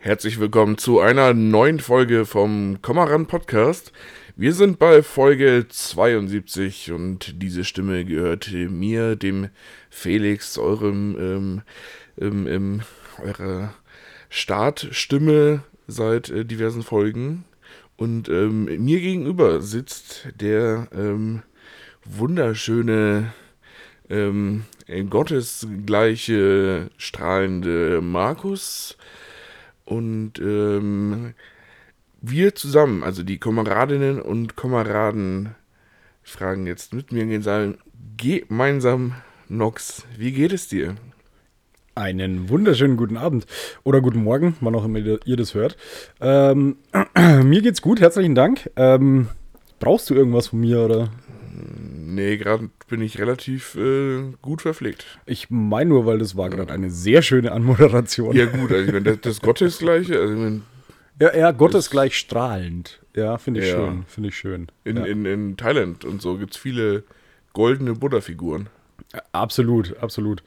Herzlich willkommen zu einer neuen Folge vom Kommeran Podcast. Wir sind bei Folge 72 und diese Stimme gehört mir, dem Felix, eurem ähm, ähm, ähm, eurer Startstimme seit äh, diversen Folgen. Und ähm, mir gegenüber sitzt der ähm, wunderschöne, ähm, gottesgleiche, strahlende Markus. Und ähm, wir zusammen, also die Kameradinnen und Kameraden, fragen jetzt mit mir gemeinsam, gemeinsam Nox, wie geht es dir? Einen wunderschönen guten Abend oder guten Morgen, wann auch immer ihr das hört. Ähm, mir geht's gut, herzlichen Dank. Ähm, brauchst du irgendwas von mir oder? Nee, gerade bin ich relativ äh, gut verpflegt. Ich meine nur, weil das war gerade eine sehr schöne Anmoderation. Ja gut, also ich meine, das, das Gottesgleiche, also ich meine, ja, ja Gott ist gleich strahlend. Ja, finde ich Ja. schön, finde ich schön. in, ja. in, in Thailand und so gibt es viele goldene Buddha-Figuren. Absolut, absolut.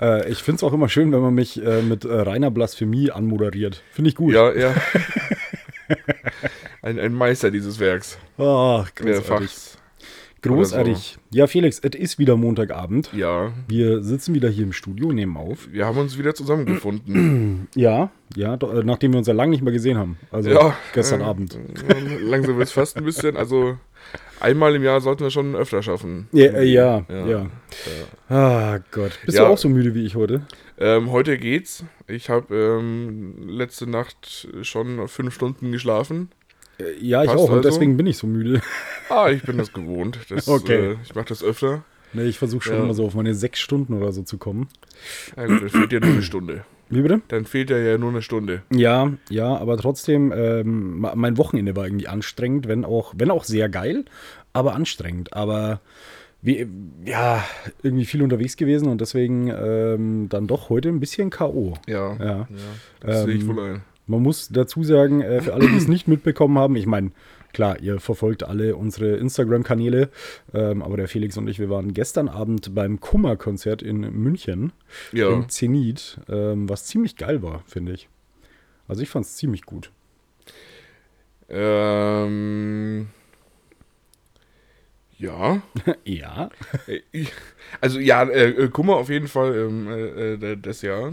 Äh, ich finde es auch immer schön, wenn man mich äh, mit äh, reiner Blasphemie anmoderiert. Finde ich gut. Ja, ja. ein, ein Meister dieses Werks. Ach, Der Ah, großartig. Fachs. großartig. Ja, Felix, es ist wieder Montagabend. Ja, Wir sitzen wieder hier im Studio, nehmen auf. wir haben uns wieder zusammengefunden. Ja, ja, do- äh, nachdem wir uns ja lange nicht mehr gesehen haben. Also Ja, gestern äh, Abend. Ähm, Langsam wird es fast ein bisschen, also einmal im Jahr sollten wir schon öfter schaffen. Ja, äh, ja, Ja. ja, Ah Gott. Bist Ja. du auch so müde wie ich heute? Ähm, heute geht's. Ich habe ähm, letzte Nacht schon fünf Stunden geschlafen. Äh, ja, ich Passt auch. Und also? deswegen bin ich so müde. Ah, ich bin das gewohnt. Das, Okay. äh, ich mache das öfter. nee, ich versuche schon Ja. immer so auf meine sechs Stunden oder so zu kommen. Na gut, Also, dann fehlt dir nur eine Stunde. Wie bitte? Dann fehlt dir ja nur eine Stunde. Ja, ja, aber trotzdem, ähm, ma- mein Wochenende war irgendwie anstrengend, wenn auch, wenn auch sehr geil, aber anstrengend. Aber wie, ja, irgendwie viel unterwegs gewesen und deswegen ähm, dann doch heute ein bisschen K.O. Ja. Ja. Das sehe ich Ähm, wohl ein. Man muss dazu sagen, äh, für alle, die es nicht mitbekommen haben, ich meine, klar, ihr verfolgt alle unsere Instagram-Kanäle, ähm, aber der Felix und ich, wir waren gestern Abend beim Kummer-Konzert in München Ja. im Zenit, ähm, was ziemlich geil war, finde ich. Also ich fand es ziemlich gut. Ähm, ja. ja. Äh, ich- Also ja, äh, äh, Kummer auf jeden Fall ähm, äh, äh, das Jahr.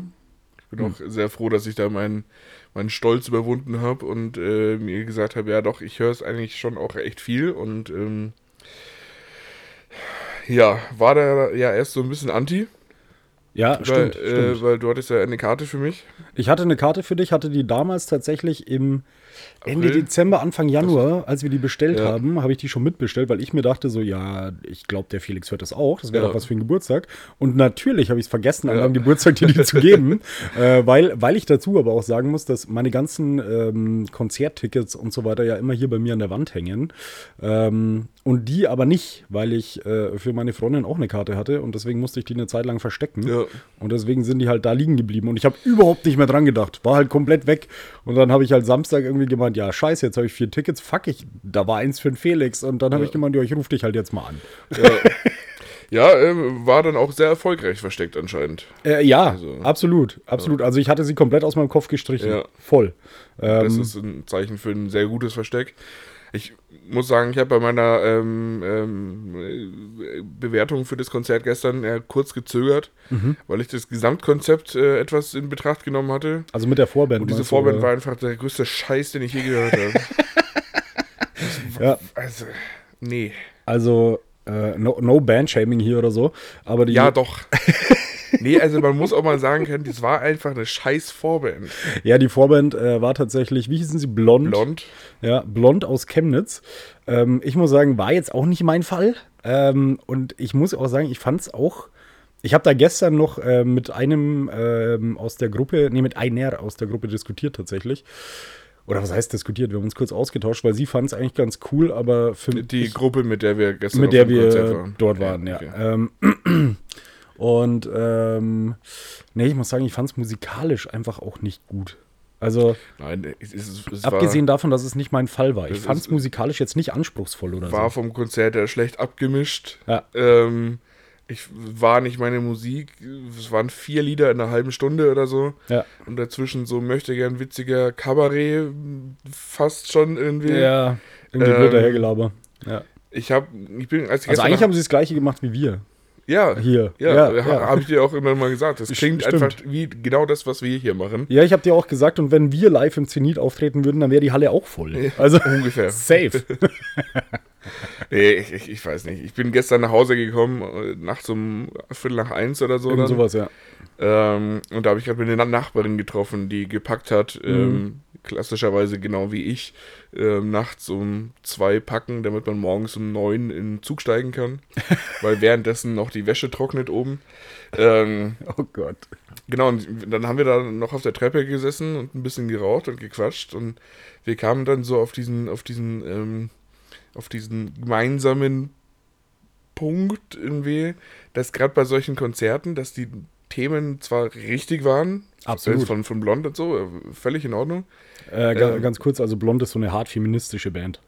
Ich Hm. bin auch sehr froh, dass ich da meinen meinen Stolz überwunden habe und äh, mir gesagt habe, ja doch, ich höre es eigentlich schon auch echt viel und ähm, ja, war da ja erst so ein bisschen anti, Ja, weil, stimmt, äh, stimmt. weil du hattest ja eine Karte für mich. Ich hatte eine Karte für dich, hatte die damals tatsächlich im Ende April? Dezember, Anfang Januar, als wir die bestellt Ja. haben, habe ich die schon mitbestellt, weil ich mir dachte so, ja, ich glaube, der Felix hört das auch, das wäre Ja. doch was für den Geburtstag. Und natürlich habe ich es vergessen, an Ja. meinem Geburtstag dir die zu geben, äh, weil, weil ich dazu aber auch sagen muss, dass meine ganzen ähm, Konzerttickets und so weiter ja immer hier bei mir an der Wand hängen. Ähm, und die aber nicht, weil ich äh, für meine Freundin auch eine Karte hatte und deswegen musste ich die eine Zeit lang verstecken. Ja. Und deswegen sind die halt da liegen geblieben. Und ich habe überhaupt nicht mehr dran gedacht. War halt komplett weg. Und dann habe ich halt Samstag irgendwie gemeint, ja, scheiße, jetzt habe ich vier Tickets. Fuck, ich, da war eins für den Felix. Und dann habe ich gemeint, ja, ich rufe dich halt jetzt mal an. Ja, ähm, war dann auch sehr erfolgreich versteckt anscheinend. Äh, ja, absolut, absolut. Also ich hatte sie komplett aus meinem Kopf gestrichen. Ja. Voll. Das Ähm, ist ein Zeichen für ein sehr gutes Versteck. Ich muss sagen, ich habe bei meiner ähm, ähm, äh, Bewertung für das Konzert gestern äh, kurz gezögert, Mhm. weil ich das Gesamtkonzept äh, etwas in Betracht genommen hatte. also mit der Vorband. Und diese meinst du, Vorband war oder? einfach der größte Scheiß, den ich je gehört habe. Ja, Also, nee. also äh, no, no Band-Shaming hier oder so. Aber die, Ja, doch. nee, also man muss auch mal sagen können, das war einfach eine scheiß Vorband. ja, die Vorband äh, war tatsächlich, wie hießen sie? Blond. Blond. Ja, blond aus Chemnitz. Ähm, ich muss sagen, war jetzt auch nicht mein Fall. Ähm, und ich muss auch sagen, ich fand es auch. Ich habe da gestern noch äh, mit einem ähm, aus der Gruppe, nee, mit einer aus der Gruppe diskutiert tatsächlich. Oder was heißt diskutiert? Wir haben uns kurz ausgetauscht, weil sie fand es eigentlich ganz cool, aber für Die Gruppe, mit der wir gestern auf mit der dem Konzert wir waren. dort waren, ja. okay. Ähm, und ähm, nee, ich muss sagen, ich fand es musikalisch einfach auch nicht gut. Also Nein, es, es, es war, Abgesehen davon, dass es nicht mein Fall war. Ich Das fand ist- es musikalisch jetzt nicht anspruchsvoll oder war so. vom Konzert her schlecht abgemischt. Ja. Ähm, Ich war nicht meine Musik. Es waren vier Lieder in einer halben Stunde oder so. Ja. Und dazwischen so möchte gern witziger Kabarett, fast schon irgendwie. Ja, irgendwie Ähm, blöd dahergelaber. Ja. Ich habe, ich bin als ich Also gestern eigentlich nach- haben sie das gleiche gemacht wie wir. ja hier. ja, Ja, ha- ja. habe ich dir auch immer mal gesagt. Das klingt stimmt. einfach wie genau das, was wir hier machen. Ja, ich habe dir auch gesagt, und wenn wir live im Zenit auftreten würden, dann wäre die Halle auch voll. Also Ungefähr. safe. Nee, ich, ich, ich weiß nicht. Ich bin gestern nach Hause gekommen, äh, nachts um Viertel nach eins oder so. Irgend dann. sowas, ja. Ähm, und da habe ich gerade meine Na- Nachbarin getroffen, die gepackt hat. Ähm, klassischerweise genau wie ich. Ähm, nachts um zwei packen, damit man morgens um neun in den Zug steigen kann. weil währenddessen noch die Wäsche trocknet oben. Ähm, Oh Gott. genau, und dann haben wir da noch auf der Treppe gesessen und ein bisschen geraucht und gequatscht. Und wir kamen dann so auf diesen, auf diesen, ähm, auf diesen gemeinsamen Punkt irgendwie, dass gerade bei solchen Konzerten, dass die Themen zwar richtig waren, Absolut. äh, Von, von Blond und so, äh, völlig in Ordnung. Äh, ga- Ähm. ganz kurz, also Blond ist so eine hart feministische Band.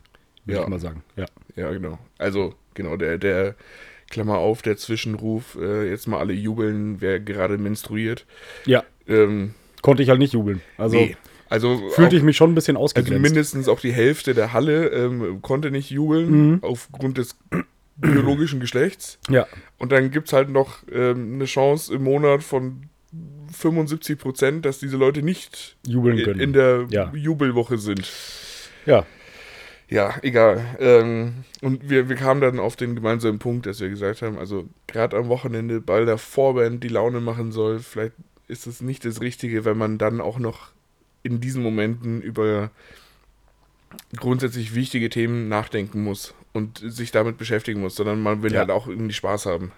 Würde Ja. ich mal sagen. Ja. Ja, genau. Also, genau, der, der Klammer auf, der Zwischenruf, äh, jetzt mal alle jubeln, wer gerade menstruiert. ja. Ähm, Konnte ich halt nicht jubeln. Also nee. Also, auch- fühlte ich mich schon ein bisschen Also ausgegrenzt. mindestens auch die Hälfte der Halle ähm, konnte nicht jubeln Mhm. aufgrund des biologischen Geschlechts. ja. Und dann gibt es halt noch ähm, eine Chance im Monat von 75 Prozent, dass diese Leute nicht Jubeln in, können. in der Ja. Jubelwoche sind. ja. Ja, egal. Ähm, und wir, wir kamen dann auf den gemeinsamen Punkt, dass wir gesagt haben, also gerade am Wochenende bei der Vorband die Laune machen soll, vielleicht ist es nicht das Richtige, wenn man dann auch noch in diesen Momenten über grundsätzlich wichtige Themen nachdenken muss und sich damit beschäftigen muss, sondern man will Ja. halt auch irgendwie Spaß haben.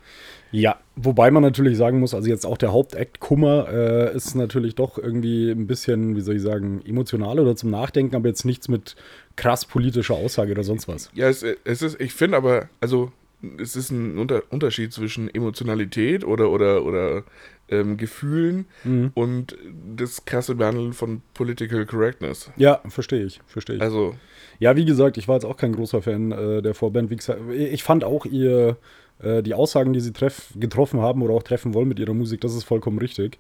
Ja, wobei man natürlich sagen muss, also jetzt auch der Hauptakt Kummer äh, ist natürlich doch irgendwie ein bisschen, wie soll ich sagen, emotional oder zum Nachdenken, aber jetzt nichts mit krass politischer Aussage oder sonst was. Ja, es, es ist, ich finde aber, also es ist ein Unter Unterschied zwischen Emotionalität oder oder oder ähm, Gefühlen und das krasse Behandeln von Political Correctness. Ja, verstehe ich, verstehe ich. Also, Ja, wie gesagt, ich war jetzt auch kein großer Fan äh, der Vorband. Wie gesagt, ich fand auch ihr, äh, die Aussagen, die sie treff, getroffen haben oder auch treffen wollen mit ihrer Musik, das ist vollkommen richtig.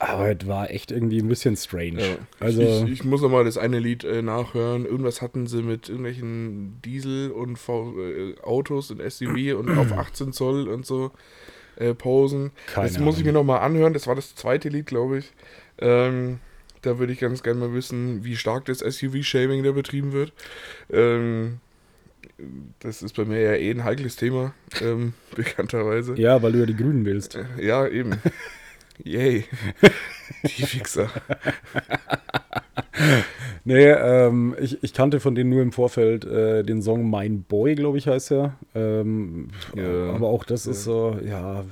Aber es war echt irgendwie ein bisschen strange. ja. Also, ich, ich muss nochmal das eine Lied äh, nachhören. Irgendwas hatten sie mit irgendwelchen Diesel und v äh, Autos und SUV und auf 18 Zoll und so äh, Posen. Keine das muss ich mir Ahnung. nochmal anhören. Das war das zweite Lied, glaube ich. Ähm, da würde ich ganz gerne mal wissen, wie stark das SUV-Shaming da betrieben wird. Ähm, das ist bei mir ja eh ein heikles Thema, ähm, bekannterweise. ja, weil du ja die Grünen willst. Ja, eben. Yay. Die Fixer. Nee, ähm, ich, ich kannte von denen nur im Vorfeld äh, den Song Mein Boy, glaube ich, heißt er. Ähm, Ja. Aber auch das ist so, ja,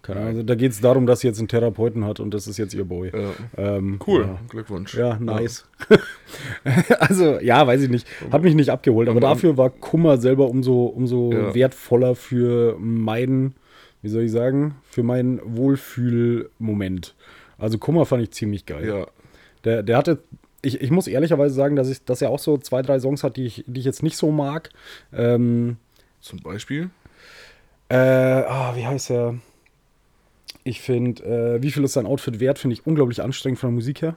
keine Ahnung. Also, da geht es darum, dass sie jetzt einen Therapeuten hat und das ist jetzt ihr Boy. Ja. Ähm, Cool, Ja. Glückwunsch. Ja, nice. also, ja, weiß ich nicht. Hat mich nicht abgeholt, aber Aber- dafür war Kummer selber umso, umso Ja. wertvoller für meinen, wie soll ich sagen, für meinen Wohlfühlmoment. Also Kummer fand ich ziemlich geil. Ja, Der, der hatte, ich, ich muss ehrlicherweise sagen, dass, ich, dass er auch so zwei, drei Songs hat, die ich, die ich jetzt nicht so mag. Ähm, zum Beispiel. äh, ah, wie heißt er? Ich finde, äh, wie viel ist sein Outfit wert, finde ich unglaublich anstrengend von der Musik her.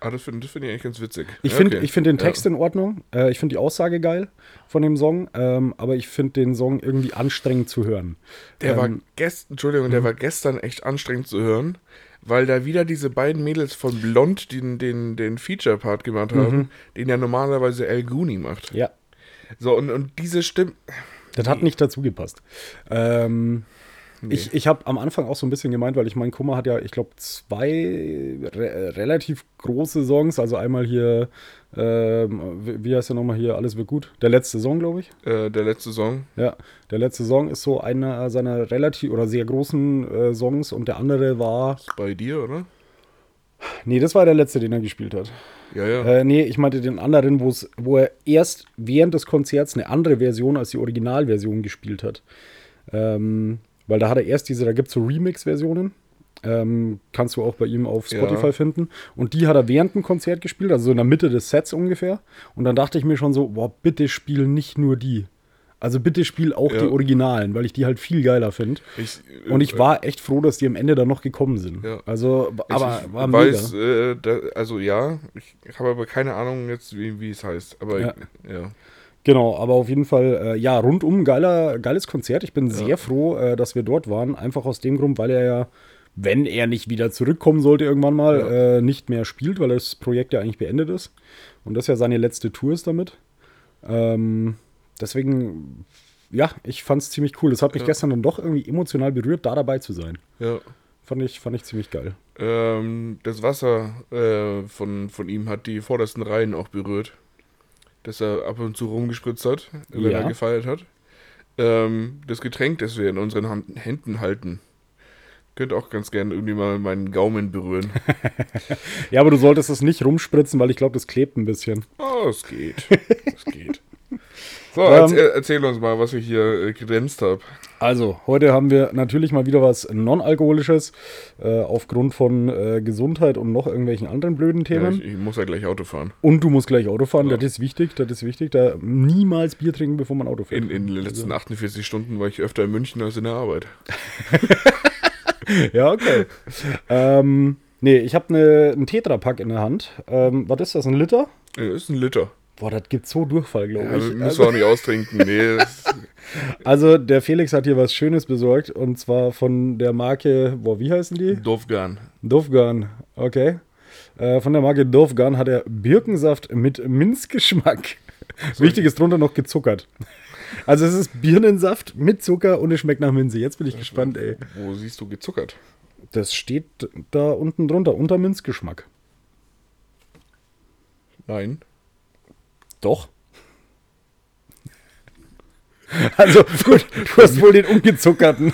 Ah, das finde das find ich eigentlich ganz witzig. Ich Ja, finde okay. ich find den Text in Ordnung, äh, ich finde die Aussage geil von dem Song, ähm, aber ich finde den Song irgendwie anstrengend zu hören. Der ähm, mhm. war gestern, Entschuldigung, der war gestern echt anstrengend zu hören, weil da wieder diese beiden Mädels von Blond den, den, den Feature-Part gemacht haben, den ja normalerweise El Guni macht. Mhm. Ja, So, und, und diese Stimme. das hat nicht dazu gepasst. Ähm, Ich, ich habe am Anfang auch so ein bisschen gemeint, weil ich mein, Kummer hat ja, ich glaube, zwei re relativ große Songs. Also einmal hier, ähm, wie- wie heißt der nochmal hier, Alles wird gut. Der letzte Song, glaube ich. Äh, der letzte Song. Ja, der letzte Song ist so einer seiner relativ oder sehr großen äh, Songs und der andere war, Bei dir, oder? nee, das war der letzte, den er gespielt hat. Ja, ja. Äh, nee, ich meinte den anderen, wo es- wo er erst während des Konzerts eine andere Version als die Originalversion gespielt hat. Ähm, weil da hat er erst diese, da gibt es so Remix-Versionen. Ähm, kannst du auch bei ihm auf Ja. Spotify finden. Und die hat er während dem Konzert gespielt, also so in der Mitte des Sets ungefähr. Und dann dachte ich mir schon so, boah, bitte spiel nicht nur die. Also bitte spiel auch Ja. die Originalen, weil ich die halt viel geiler finde. Ich, äh, Und ich war echt froh, dass die am Ende dann noch gekommen sind. Ja. Also, b- aber ich war weiß, mega. äh, da, also ja, ich habe aber keine Ahnung jetzt, wie, wie es heißt. Aber Ja. Ich, ja. Genau, aber auf jeden Fall, äh, ja, rundum geiler, geiles Konzert. Ich bin sehr froh, äh, dass wir dort waren. Einfach aus dem Grund, weil er ja, wenn er nicht wieder zurückkommen sollte irgendwann mal, äh, nicht mehr spielt, weil das Projekt ja eigentlich beendet ist. Und das ja seine letzte Tour ist damit. Ähm, deswegen, ja, ich fand es ziemlich cool. Das hat mich gestern dann doch irgendwie emotional berührt, da dabei zu sein. ja. Fand ich, fand ich ziemlich geil. Ähm, das Wasser äh, von, von ihm hat die vordersten Reihen auch berührt. Dass er ab und zu rumgespritzt hat, wenn Ja. er gefeiert hat. Ähm, das Getränk, das wir in unseren Hand, Händen halten. Könnt auch ganz gerne irgendwie mal meinen Gaumen berühren. Ja, aber du solltest es nicht rumspritzen, weil ich glaube, das klebt ein bisschen. Oh, es geht. Es geht. So, erz- Ähm. erzähl uns mal, was ich hier äh, gedämpft habe. Also, heute haben wir natürlich mal wieder was Non-Alkoholisches, äh, aufgrund von äh, Gesundheit und noch irgendwelchen anderen blöden Ja, Themen. ich, ich muss ja gleich Auto fahren. und du musst gleich Auto fahren, Ja. das ist wichtig, das ist wichtig. Da niemals Bier trinken, bevor man Auto fährt. In, in den also. letzten 48 Stunden war ich öfter in München als in der Arbeit. Also, Ja, okay. ähm, nee, ich habe ne, einen Tetrapack in der Hand. Ähm, was ist das, ein Liter? Ja, Äh, ist ein Liter. Boah, das gibt so Durchfall, glaube Ja, ich. müssen wir auch nicht austrinken. Nee, das, Also, der Felix hat hier was Schönes besorgt und zwar von der Marke, boah, wie heißen die? Dofgan. Dofgan, okay. Äh, von der Marke Dofgan hat er Birkensaft mit Minzgeschmack. Wichtig ist drunter noch gezuckert. Also es ist Birnensaft mit Zucker und es schmeckt nach Minze. Jetzt bin ich gespannt, ey. Wo siehst du gezuckert? Das steht da unten drunter, unter Minzgeschmack. Nein. Doch. Also gut, du hast wohl den ungezuckerten.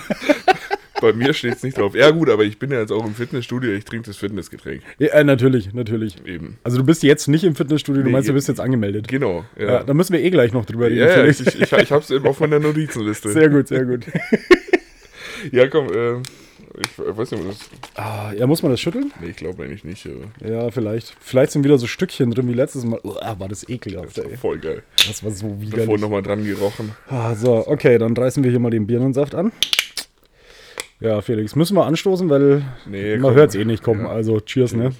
Bei mir steht es nicht drauf. Ja, gut, aber ich bin ja jetzt auch im Fitnessstudio. Ich trinke das Fitnessgetränk. Ja, äh, natürlich, natürlich. Eben. Also du bist jetzt nicht im Fitnessstudio, du Nee, meinst, du je- bist jetzt angemeldet. Genau. Ja, Ja, da müssen wir eh gleich noch drüber reden. ja, ja Felix. ich, ich, ich habe es auf meiner Notizenliste. Sehr gut, sehr gut. Ja, komm. Äh, ich weiß nicht, ob das. Ah, ja, muss man das schütteln? Nee, ich glaube eigentlich nicht. äh, Aber Ja, vielleicht. Vielleicht sind wieder so Stückchen drin wie letztes Mal. Uah, war das ekelhaft, das war ey. voll geil. Das war so Davor widerlich. nochmal dran gerochen. Ah, so, okay, dann reißen wir hier mal den Birnensaft an. Ja, Felix, müssen wir anstoßen, weil Nee, man komm. hört es eh nicht kommen. Ja. Also, cheers, ne?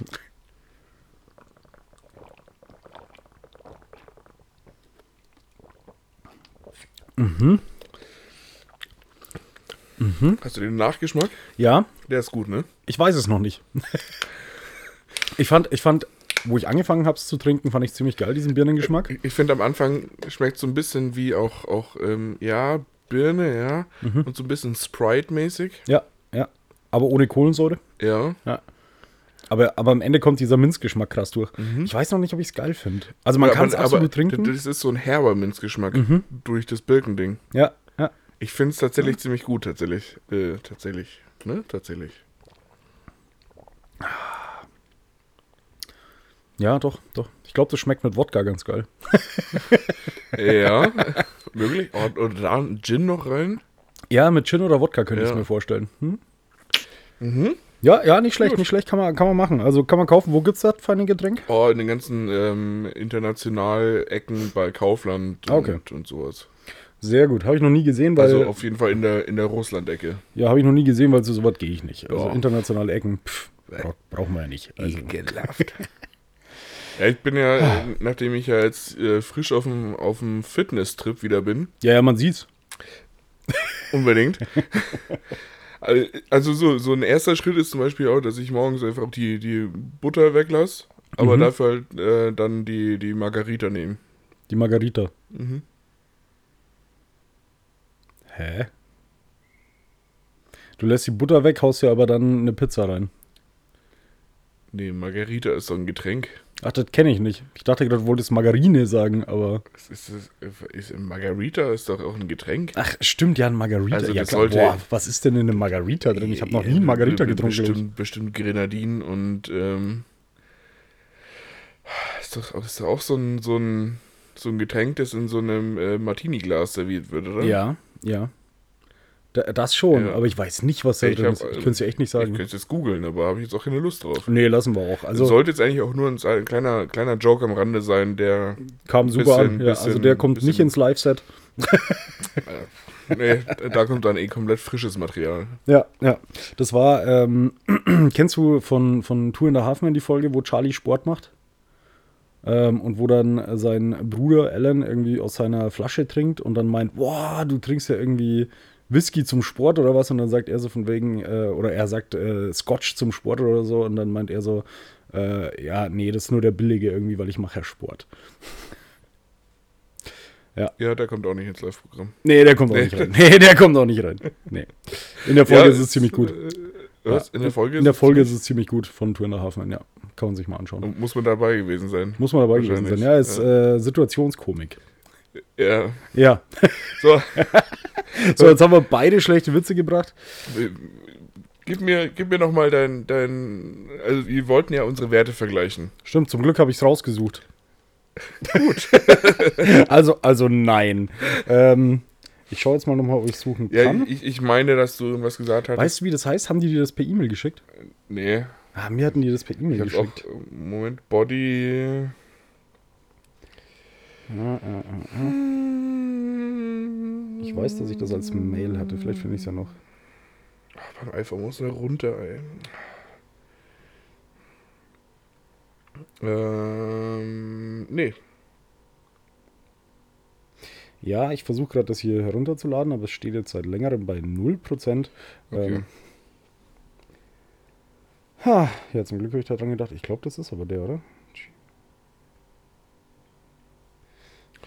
Hast du den Nachgeschmack? Ja, Der ist gut, ne? ich weiß es noch nicht. ich, fand, ich fand, wo ich angefangen habe es zu trinken, fand ich ziemlich geil, diesen Birnengeschmack. Ich finde am Anfang schmeckt so ein bisschen wie auch, auch ähm, ja, Birne, ja. Mhm. Und so ein bisschen Sprite-mäßig. Ja, ja. Aber ohne Kohlensäure. Ja. Aber, aber am Ende kommt dieser Minzgeschmack krass durch. Ich weiß noch nicht, ob ich es geil finde. Also man Aber- kann es Mhm. aber- absolut aber trinken. Mhm. Das ist so ein herber Minzgeschmack durch das Birkending. ja, ja. Ich finde es tatsächlich ziemlich gut, tatsächlich. Äh, tatsächlich. Ne? Tatsächlich. Ja, doch, doch. Ich glaube, das schmeckt mit Wodka ganz geil. Ja. Möglich. Und, und da einen Gin noch rein. Ja, mit Gin oder Wodka könnte ich Ja. es mir vorstellen. Hm? Ja, ja, nicht schlecht, nicht schlecht. Kann man, kann man machen. Also kann man kaufen. Wo gibt's das feine Getränk? Oh, in den ganzen ähm, International-Ecken bei Kaufland und, Okay. und sowas. Sehr gut. Habe ich noch nie gesehen, weil. Also auf jeden Fall in der, in der Russland-Ecke. ja, habe ich noch nie gesehen, weil zu sowas gehe ich nicht. Also Ja. internationale Ecken, pff, bra brauchen wir ja nicht. Also, Ekelhaft. ja, ich bin ja, äh, nachdem ich ja jetzt äh, frisch auf dem, auf dem Fitness-Trip wieder bin, ja, ja, man sieht's. Unbedingt. also so, so ein erster Schritt ist zum Beispiel auch, dass ich morgens einfach die, die Butter weglasse, Mhm. aber dafür halt äh, dann die, die Margarita nehme. Die Margarita. Hä? Du lässt die Butter weg, haust ja aber dann eine Pizza rein. Nee, Margarita ist so ein Getränk. Ach, das kenne ich nicht. Ich dachte gerade, du wolltest Margarine sagen, aber. Es Ist, es ist, äh, Margarita ist doch auch ein Getränk. Ach, stimmt, ja, ein Margarita. Also, ja, das klar. sollte- Boah, was ist denn in einem Margarita drin? Ich habe noch nie einen Margarita Äh, getrunken. glaub ich. Bestimmt, bestimmt Grenadin und ähm, ist doch ist doch auch so ein, so ein so ein Getränk, das in so einem äh, Martini-Glas serviert wird, oder? Ja, ja. Da- Das schon, Ja. aber ich weiß nicht, was da Ich drin hab, ist. Also Ich äh, könnte es ja echt nicht Ich sagen. könnte es jetzt googeln, aber habe ich jetzt auch keine Lust drauf. Nee, lassen wir auch. Also Sollte jetzt eigentlich auch nur ein, ein kleiner, kleiner Joke am Rande sein, der. kam super bisschen- an. Ja, also der bisschen- kommt nicht bisschen- ins Live-Set. Nee, da kommt dann eh komplett frisches Material. Ja, ja. Das war, ähm, kennst du von, von Two and a Half Men die Folge, wo Charlie Sport macht? Ähm, und wo dann äh, sein Bruder Alan irgendwie aus seiner Flasche trinkt und dann meint, boah, du trinkst ja irgendwie Whisky zum Sport oder was? Und dann sagt er so von wegen, äh, oder er sagt äh, Scotch zum Sport oder so. Und dann meint er so, äh, ja, nee, das ist nur der billige irgendwie, weil ich mache ja Sport. Ja, der kommt auch nicht ins Live-Programm. Nee, der kommt auch Nee. nicht rein. Nee, der kommt auch nicht rein. Nee. In der Folge Ja, ist es ziemlich gut. äh, Was? Ja, In der Folge? In der ist- Folge ist es ziemlich gut von Two and a Half Men, ja. Kann man sich mal anschauen. Muss man dabei gewesen sein. Muss man dabei gewesen sein. Wahrscheinlich, Ja, ist äh, Situationskomik. Ja. Ja. So, So, jetzt haben wir beide schlechte Witze gebracht. gib mir, gib mir nochmal dein, dein. Also, wir wollten ja unsere Werte vergleichen. Stimmt, zum Glück habe ich es rausgesucht. Gut. also, also nein. Ähm, ich schaue jetzt mal nochmal, ob ich suchen Ja, kann. ich, ich meine, dass du irgendwas gesagt hast. Weißt du, wie das heißt? Haben die dir das per E-Mail geschickt? Nee. Ah, mir hatten die das per Ich E-Mail hab's auch. geschickt. Moment, Body. Ich weiß, dass ich das als Mail hatte. Vielleicht finde ich es ja noch. Ach, beim iPhone muss er runter, ey. Ähm. Nee. Ja, ich versuche gerade das hier herunterzuladen, aber es steht jetzt seit längerem bei 0%. Okay. Ähm, ha, ja, zum Glück habe ich da dran gedacht. Ich glaube, das ist aber der, oder?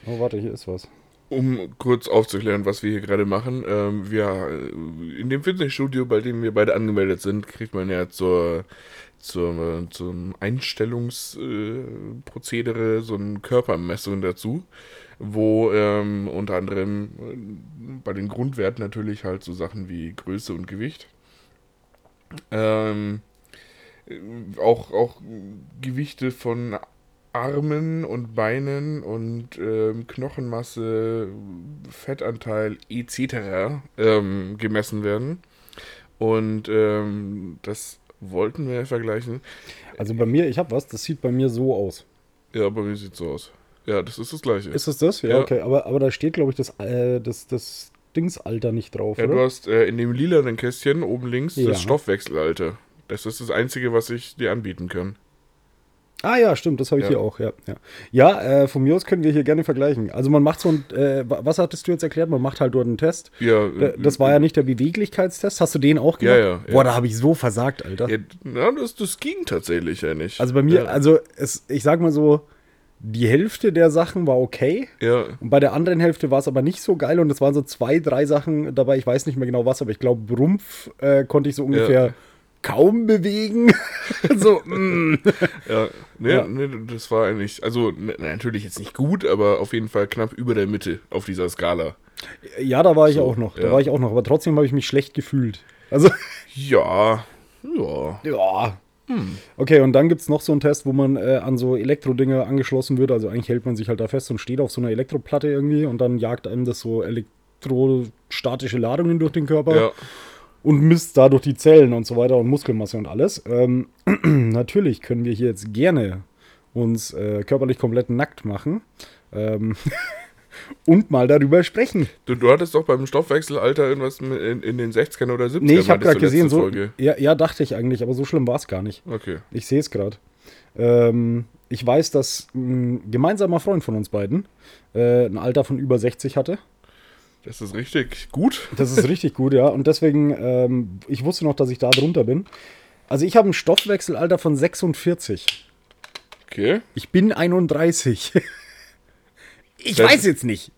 Oh, warte, hier ist was. Um kurz aufzuklären, was wir hier gerade machen. Ähm, wir, äh, in dem Fitnessstudio, bei dem wir beide angemeldet sind, kriegt man ja zur, zur, äh, zum Einstellungsprozedere äh, Prozedere so eine Körpermessung dazu, wo ähm, unter anderem äh, bei den Grundwerten natürlich halt so Sachen wie Größe und Gewicht. Ähm, äh, auch, auch Gewichte von Armen und Beinen und ähm, Knochenmasse, Fettanteil etc. Ähm, gemessen werden. Und ähm, das wollten wir vergleichen. Also bei mir, ich habe was, das sieht bei mir so aus. Ja, aber wie sieht's so aus? Ja, das ist das gleiche. Ist es das? Ja, Ja. okay. Aber, aber da steht, glaube ich, das, äh, das, das Dingsalter nicht drauf, ja, du oder? hast äh, in dem lilanen Kästchen oben links Ja. das Stoffwechselalter. Das ist das Einzige, was ich dir anbieten kann. Ah ja, stimmt, das habe ich Ja. hier auch, ja. Ja, ja äh, von mir aus können wir hier gerne vergleichen. Also man macht so ein, äh, wa- was hattest du jetzt erklärt? Man macht halt dort einen Test. Ja, Da- äh, Das war ja nicht der Beweglichkeitstest. Hast du den auch gemacht? Ja, ja, ja. Boah, da habe ich so versagt, Alter. äh, ja, na, das, das ging tatsächlich ja nicht. Also bei mir, Ja, also es, ich sag mal so, die Hälfte der Sachen war okay. ja, Und bei der anderen Hälfte war es aber nicht so geil. Und es waren so zwei, drei Sachen dabei. Ich weiß nicht mehr genau was, aber ich glaube, Rumpf äh, konnte ich so ungefähr Ja. kaum bewegen. so, mm. Ja, ne, Ja. ne, das war eigentlich, also ne, natürlich jetzt nicht gut, aber auf jeden Fall knapp über der Mitte auf dieser Skala. Ja, da war ich So, auch noch. Da ja. war ich auch noch. Aber trotzdem habe ich mich schlecht gefühlt. Also, Ja, ja. ja. Okay, und dann gibt es noch so einen Test, wo man äh, an so Elektrodinge angeschlossen wird. Also eigentlich hält man sich halt da fest und steht auf so einer Elektroplatte irgendwie und dann jagt einem das so elektrostatische Ladungen durch den Körper. Ja, und misst dadurch die Zellen und so weiter und Muskelmasse und alles. Ähm, natürlich können wir hier jetzt gerne uns äh, körperlich komplett nackt machen ähm, und mal darüber sprechen. du, du hattest doch beim Stoffwechselalter irgendwas mit- in, in den 60ern oder 70ern. Nee, ich meintest habe gerade du letzte gesehen, so, Folge. ja, ja, dachte ich eigentlich, aber so schlimm war es gar nicht. Okay. Ich sehe es gerade. Ähm, ich weiß, dass ein gemeinsamer Freund von uns beiden äh, ein Alter von über 60 hatte. Das ist richtig gut. Das ist richtig gut, ja. Und deswegen, ähm, ich wusste noch, dass ich da drunter bin. Also ich habe ein Stoffwechselalter von 46. Okay. Ich bin 31. Ich Das- weiß jetzt nicht.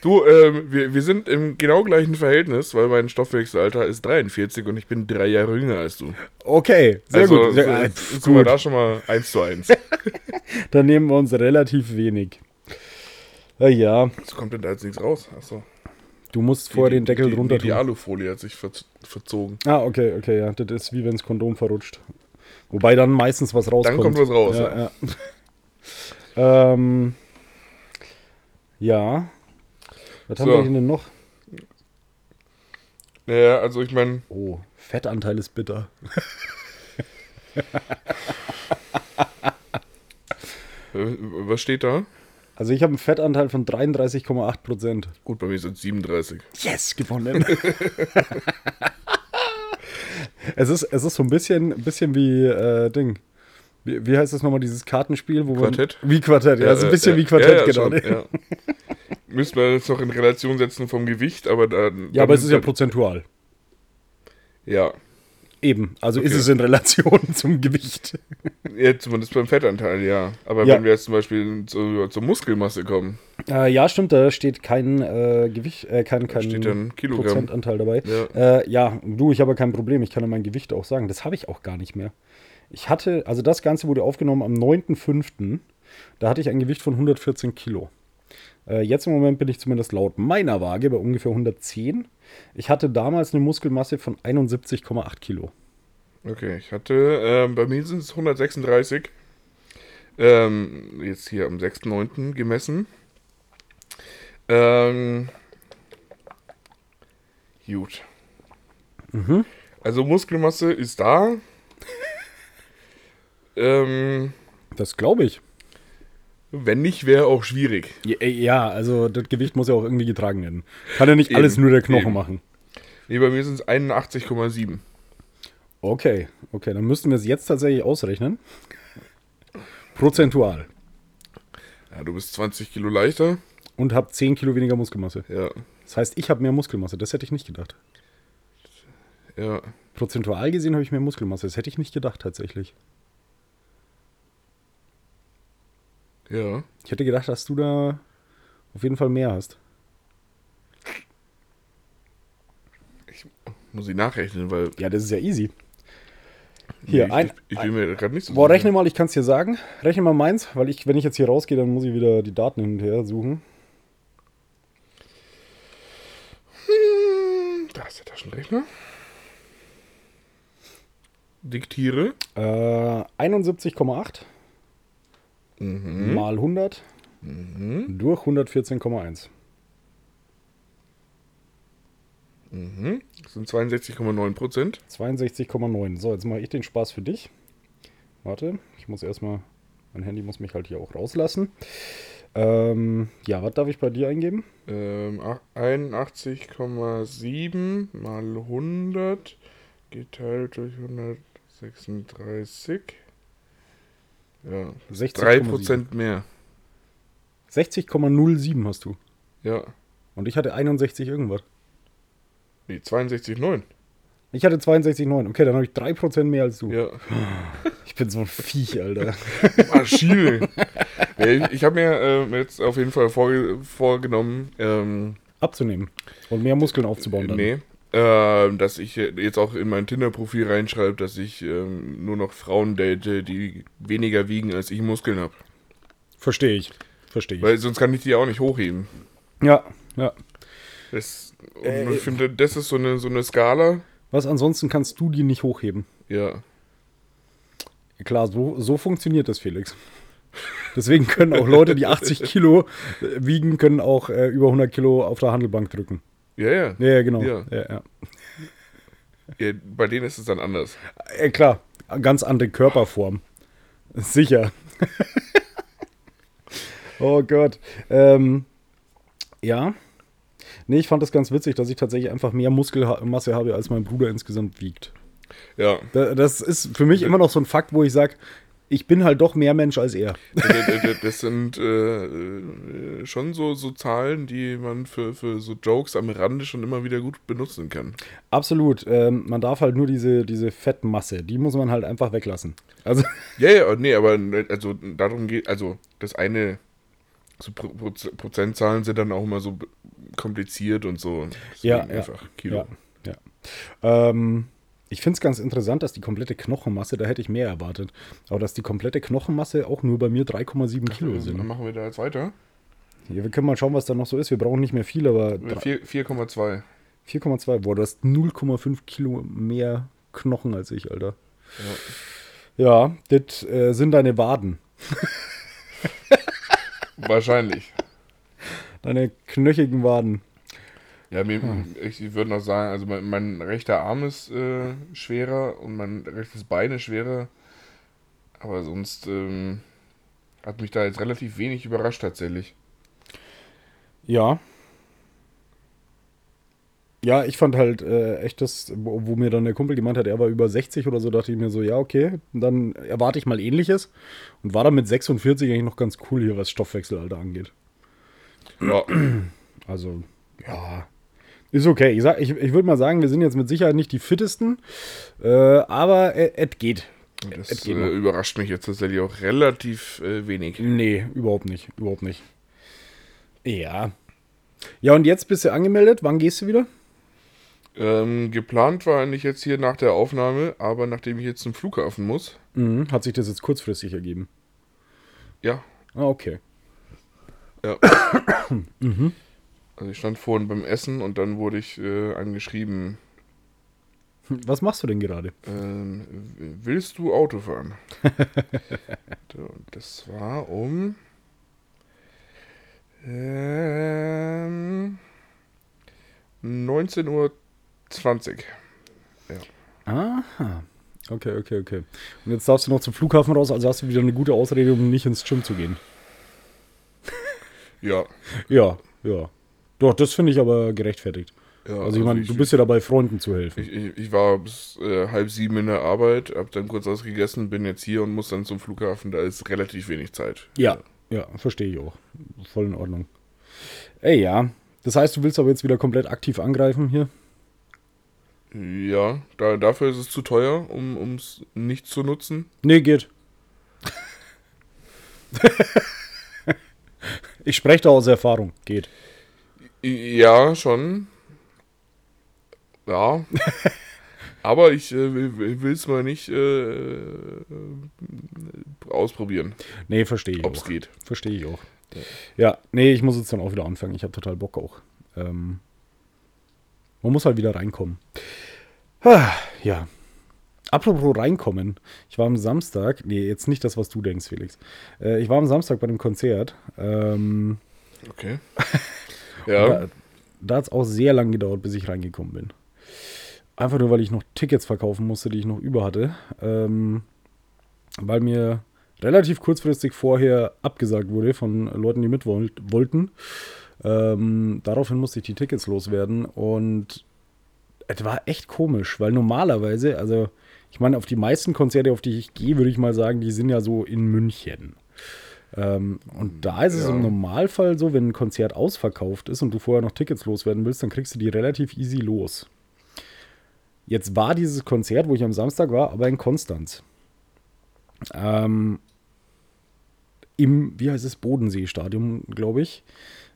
Du, ähm, wir, wir sind im genau gleichen Verhältnis, weil mein Stoffwechselalter ist 43 und ich bin drei Jahre jünger als du. Okay, sehr also, gut. so, Sehr, äh, pf, sind wir gut. da schon mal eins zu eins. Dann nehmen wir uns relativ wenig. Na ja, Jetzt kommt denn da jetzt nichts raus. Achso. du musst vorher den Deckel die, drunter Die, die tun. Alufolie hat sich verz- verzogen. Ah, okay, okay, ja. Das ist wie wenn das Kondom verrutscht. Wobei dann meistens was rauskommt. kommt was raus, Ja, ja. ähm, ja. Was haben So. wir denn noch? Ja, also ich meine, Oh, Fettanteil ist bitter. äh, was steht da? Also ich habe einen Fettanteil von 33,8 Prozent. Gut, bei mir sind es 37. Yes, gewonnen. es, ist, es ist so ein bisschen, ein bisschen wie äh, Ding. Wie, wie heißt das nochmal, dieses Kartenspiel? Wo Quartett? Man, wie Quartett, ja. so ein bisschen wie Quartett, genau. schon, äh, ja. Müssen wir jetzt noch in Relation setzen vom Gewicht, aber dann. Ja, aber es ist ja dann- prozentual. Ja. Eben, also ist Okay. es in Relation zum Gewicht. Ja, zumindest beim Fettanteil, ja. Aber Ja. wenn wir jetzt zum Beispiel zu, zur Muskelmasse kommen, Äh, ja, stimmt, da steht kein äh, Gewicht, äh, kein, kein steht dann Kilogramm. Prozentanteil dabei. Ja. Ja. Äh, ja, du, ich habe kein Problem, ich kann ja mein Gewicht auch sagen. Das habe ich auch gar nicht mehr. Ich hatte, also das Ganze wurde aufgenommen am 9.5., da hatte ich ein Gewicht von 114 Kilo. Äh, jetzt im Moment bin ich zumindest laut meiner Waage bei ungefähr 110. Ich hatte damals eine Muskelmasse von 71,8 Kilo. Okay, ich hatte, ähm, bei mir sind es 136, ähm, jetzt hier am 6.9. gemessen. Ähm, gut. Mhm. Also Muskelmasse ist da. ähm, Das glaube ich. wenn nicht, wäre auch schwierig. Ja, also das Gewicht muss ja auch irgendwie getragen werden. Kann ja nicht Eben, alles nur der Knochen eben. machen. Nee, bei mir sind es 81,7. Okay, okay, dann müssten wir es jetzt tatsächlich ausrechnen. Prozentual. Ja, du bist 20 Kilo leichter. Und habe 10 Kilo weniger Muskelmasse. Ja, Das heißt, ich habe mehr Muskelmasse. Das hätte ich nicht gedacht. ja. Prozentual gesehen habe ich mehr Muskelmasse. Das hätte ich nicht gedacht tatsächlich. Ja. Ich hätte gedacht, dass du da auf jeden Fall mehr hast. Muss ich nachrechnen, weil Ja, das ist ja easy. Hier, ich, ein- ich, ich bin mir gerade nicht so Boah, sicher. rechne mal, ich kann es dir sagen. Rechne mal meins, weil ich, wenn ich jetzt hier rausgehe, dann muss ich wieder die Daten hin und her suchen. Da ist der Taschenrechner. Diktiere. Äh, 71,8 Mhm. mal 100 durch 114,1. Das sind 62,9 Prozent. 62,9. So, jetzt mache ich den Spaß für dich. Warte, ich muss erstmal, mein Handy muss mich halt hier auch rauslassen. Ähm, ja, was darf ich bei dir eingeben? Ähm, ach- 81,7 mal 100 geteilt durch 136. Ja, 3 60,7. Prozent mehr. 60,07 hast du. Ja, Und ich hatte 61 irgendwas. nee, 62,9. Ich hatte 62,9. Okay, dann habe ich 3% mehr als du. Ja, Ich bin so ein Viech, Alter. Maschine. Ja, ich ich habe mir ähm, jetzt auf jeden Fall vorge vorgenommen, ähm, Abzunehmen. Und mehr Muskeln aufzubauen dann. Nee. Ähm, dass ich jetzt auch in mein Tinder-Profil reinschreibe, dass ich ähm, nur noch Frauen date, die weniger wiegen, als ich Muskeln habe. Verstehe ich. Verstehe ich. Weil sonst kann ich die auch nicht hochheben. Ja, ja. Das, und Äh, ich finde, das ist so eine, so eine Skala. Was ansonsten kannst du die nicht hochheben? Ja. Klar, so, so funktioniert das, Felix. Deswegen können auch Leute, die 80 Kilo äh, wiegen, können auch äh, über 100 Kilo auf der Handelbank drücken. Ja, ja. Ja, ja genau. Ja. Ja. Ja, ja. Bei denen ist es dann anders. Äh, klar, ganz andere Körperform. Sicher. oh Gott. Ähm, ja. Nee, ich fand das ganz witzig, dass ich tatsächlich einfach mehr Muskelmasse habe, als mein Bruder insgesamt wiegt. Ja. Da- Das ist für mich immer noch so ein Fakt, wo ich sage, ich bin halt doch mehr Mensch als er. D- d- d- Das sind äh, äh, schon so, so Zahlen, die man für, für so Jokes am Rande schon immer wieder gut benutzen kann. Absolut. Ähm, man darf halt nur diese, diese Fettmasse, die muss man halt einfach weglassen. Also, Ja, ja, nee, aber also darum geht, also das eine, so Pro Proz- Prozentzahlen sind dann auch immer so b- kompliziert und so. Deswegen ja. Einfach ja, Kilo. Ja, ja. Ähm, ich finde es ganz interessant, dass die komplette Knochenmasse, da hätte ich mehr erwartet, aber dass die komplette Knochenmasse auch nur bei mir 3,7 Also, Kilo dann sind. ne? machen wir da jetzt weiter. Ja, wir können mal schauen, was da noch so ist. Wir brauchen nicht mehr viel, aber Mit drei- vier- 4,2. 4,2. Boah, du hast 0,5 Kilo mehr Knochen als ich, Alter. Ja, das äh, sind deine Waden. Wahrscheinlich. Deine knöchigen Waden. Ja, mir, Hm. ich, ich würde noch sagen, also mein, mein rechter Arm ist äh, schwerer und mein rechtes Bein ist schwerer. Aber sonst ähm, hat mich da jetzt relativ wenig überrascht tatsächlich. Ja. Ja, ich fand halt äh, echt das, wo, wo mir dann der Kumpel gemeint hat, er war über 60 oder so, dachte ich mir so, ja, okay, dann erwarte ich mal ähnliches. Und war dann mit 46 eigentlich noch ganz cool hier, was Stoffwechselalter angeht. Ja, Also, ja. Ist okay. Ich, sag- ich, ich würde mal sagen, wir sind jetzt mit Sicherheit nicht die fittesten, äh, aber äh, es geht. Es das geht äh, noch. überrascht mich jetzt tatsächlich auch relativ äh, wenig. Nee, überhaupt nicht. Überhaupt nicht. Ja. Ja, und jetzt bist du angemeldet. Wann gehst du wieder? Ähm, geplant war eigentlich jetzt hier nach der Aufnahme, aber nachdem ich jetzt zum Flughafen muss, Mhm. Hat sich das jetzt kurzfristig ergeben? ja, Ah, okay. Ja. Also ich stand vorhin beim Essen und dann wurde ich äh, angeschrieben, Was machst du denn gerade? ähm, w- willst du Auto fahren? So, und das war um ähm, 19.20 Uhr. Aha. Okay, okay, okay. Und jetzt darfst du noch zum Flughafen raus, also hast du wieder eine gute Ausrede, um nicht ins Gym zu gehen. Ja, Ja, ja. Doch, das finde ich aber gerechtfertigt. ja. also ich meine, du bist ja dabei, Freunden zu helfen. Ich, ich, ich war bis äh, halb sieben in der Arbeit, hab dann kurz was gegessen, bin jetzt hier und muss dann zum Flughafen. Da ist relativ wenig Zeit. Ja, ja, verstehe ich auch. Voll in Ordnung. Ey, ja. Das heißt, du willst aber jetzt wieder komplett aktiv angreifen hier? Ja, da, dafür ist es zu teuer, um es nicht zu nutzen. Nee, geht. ich spreche da aus Erfahrung. Geht. I- Ja, schon. Ja. Aber ich äh, will es mal nicht äh, äh, ausprobieren, Nee, verstehe ich ob es auch. geht. Verstehe ich auch. Ja, nee, ich muss jetzt dann auch wieder anfangen. Ich habe total Bock auch. Ähm, man muss halt wieder reinkommen. Ah, ja. Apropos reinkommen. Ich war am Samstag, nee, jetzt nicht das, was du denkst, Felix. Äh, ich war am Samstag bei dem Konzert. Ähm, Okay. Ja. Da, da hat es auch sehr lang gedauert, bis ich reingekommen bin. Einfach nur, weil ich noch Tickets verkaufen musste, die ich noch über hatte. Ähm, weil mir relativ kurzfristig vorher abgesagt wurde von Leuten, die mit woll- wollten. Ähm, daraufhin musste ich die Tickets loswerden und es war echt komisch, weil normalerweise, also ich meine, auf die meisten Konzerte, auf die ich gehe, würde ich mal sagen, die sind ja so in München. Ähm, und da ist es Ja. im Normalfall so, wenn ein Konzert ausverkauft ist und du vorher noch Tickets loswerden willst, dann kriegst du die relativ easy los. Jetzt war dieses Konzert, wo ich am Samstag war, aber in Konstanz. Ähm, Im, wie heißt es, Bodenseestadion, glaube ich.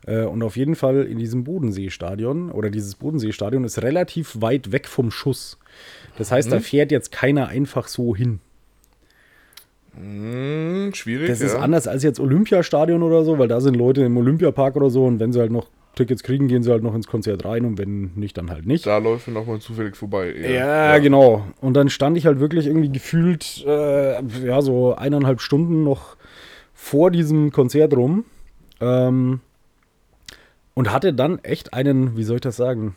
Äh, und auf jeden Fall in diesem Bodenseestadion oder dieses Bodenseestadion ist relativ weit weg vom Schuss. Das heißt, da fährt jetzt keiner einfach so hin. Hm, schwierig. Das ja. ist anders als jetzt Olympiastadion oder so, weil da sind Leute im Olympiapark oder so und wenn sie halt noch Tickets kriegen, gehen sie halt noch ins Konzert rein und wenn nicht, dann halt nicht. Da läuft mir nochmal zufällig vorbei. eher. Ja, genau. Und dann stand ich halt wirklich irgendwie gefühlt, äh, ja, so eineinhalb Stunden noch vor diesem Konzert rum. Ähm, und hatte dann echt einen, wie soll ich das sagen?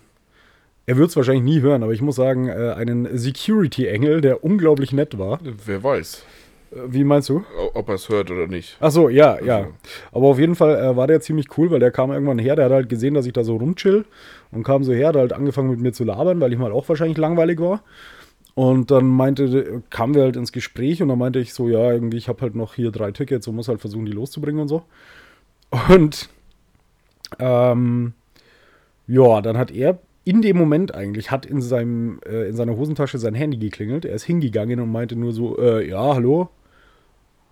Er wird es wahrscheinlich nie hören, aber ich muss sagen, äh, einen Security-Engel, der unglaublich nett war. Wer weiß, Äh, Wie meinst du? o- ob er es hört oder nicht. Ach so, ja, ja. Also- Aber auf jeden Fall äh, war der ziemlich cool, weil der kam irgendwann her, der hat halt gesehen, dass ich da so rumchill und kam so her, hat halt angefangen mit mir zu labern, weil ich mal auch wahrscheinlich langweilig war. Und dann meinte, kamen wir halt ins Gespräch und dann meinte ich so, ja, irgendwie, ich habe halt noch hier drei Tickets und muss halt versuchen, die loszubringen und so. Und ähm, ja, dann hat er in dem Moment eigentlich, hat in, seinem, äh, in seiner Hosentasche sein Handy geklingelt. Er ist hingegangen und meinte nur so, äh, ja, hallo,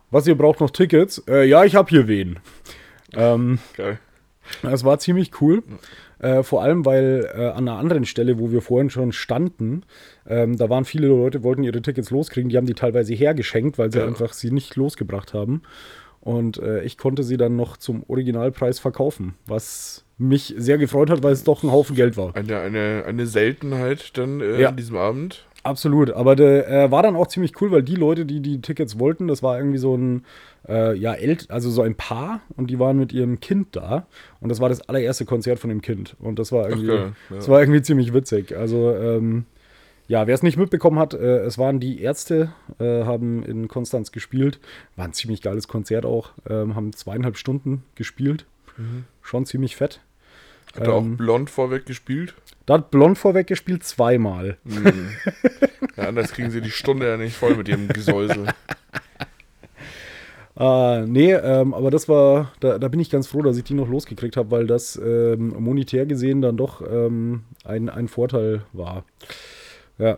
was, ihr braucht noch Tickets? Äh, ja, ich habe hier wen. Ähm, Geil. das war ziemlich cool. Äh, vor allem, weil äh, an einer anderen Stelle, wo wir vorhin schon standen, ähm, da waren viele Leute, wollten ihre Tickets loskriegen. Die haben die teilweise hergeschenkt, weil sie Ja. einfach sie nicht losgebracht haben. Und äh, ich konnte sie dann noch zum Originalpreis verkaufen, was mich sehr gefreut hat, weil es doch ein Haufen Geld war. Eine, eine, eine Seltenheit dann äh, Ja. an diesem Abend. Absolut, aber der, äh, war dann auch ziemlich cool, weil die Leute, die die Tickets wollten, das war irgendwie so ein äh, ja ält, also so ein Paar und die waren mit ihrem Kind da und das war das allererste Konzert von dem Kind und das war irgendwie, geil, ja. das war irgendwie ziemlich witzig. Also ähm, ja, wer es nicht mitbekommen hat, äh, es waren die Ärzte, äh, haben in Konstanz gespielt, war ein ziemlich geiles Konzert auch, ähm, haben zweieinhalb Stunden gespielt, schon ziemlich fett. Hat er auch Ähm. blond vorweg gespielt. Da hat Blond vorweg gespielt zweimal. Ja, anders kriegen sie die Stunde ja nicht voll mit ihrem Gesäusel. Ah, nee, ähm, aber das war, da, da bin ich ganz froh, dass ich die noch losgekriegt habe, weil das ähm, monetär gesehen dann doch ähm, ein, ein Vorteil war. Ja.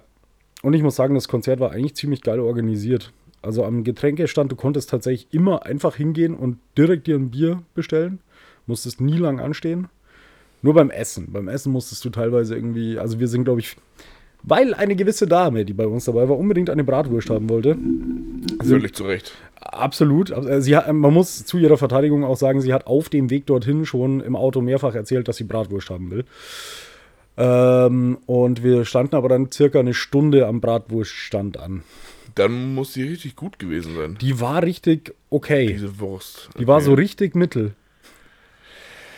Und ich muss sagen, das Konzert war eigentlich ziemlich geil organisiert. Also am Getränkestand, du konntest tatsächlich immer einfach hingehen und direkt dir ein Bier bestellen. Musstest nie lang anstehen. Nur beim Essen. Beim Essen musstest du teilweise irgendwie, also wir sind, glaube ich, weil eine gewisse Dame, die bei uns dabei war, unbedingt eine Bratwurst haben wollte. Völlig zu Recht. Absolut. Aber, äh, Sie hat, man muss zu ihrer Verteidigung auch sagen, sie hat auf dem Weg dorthin schon im Auto mehrfach erzählt, dass sie Bratwurst haben will. Ähm, und wir standen aber dann circa eine Stunde am Bratwurststand an. Dann muss die richtig gut gewesen sein. Die war richtig okay. Diese Wurst. Die war Okay. so richtig mittel.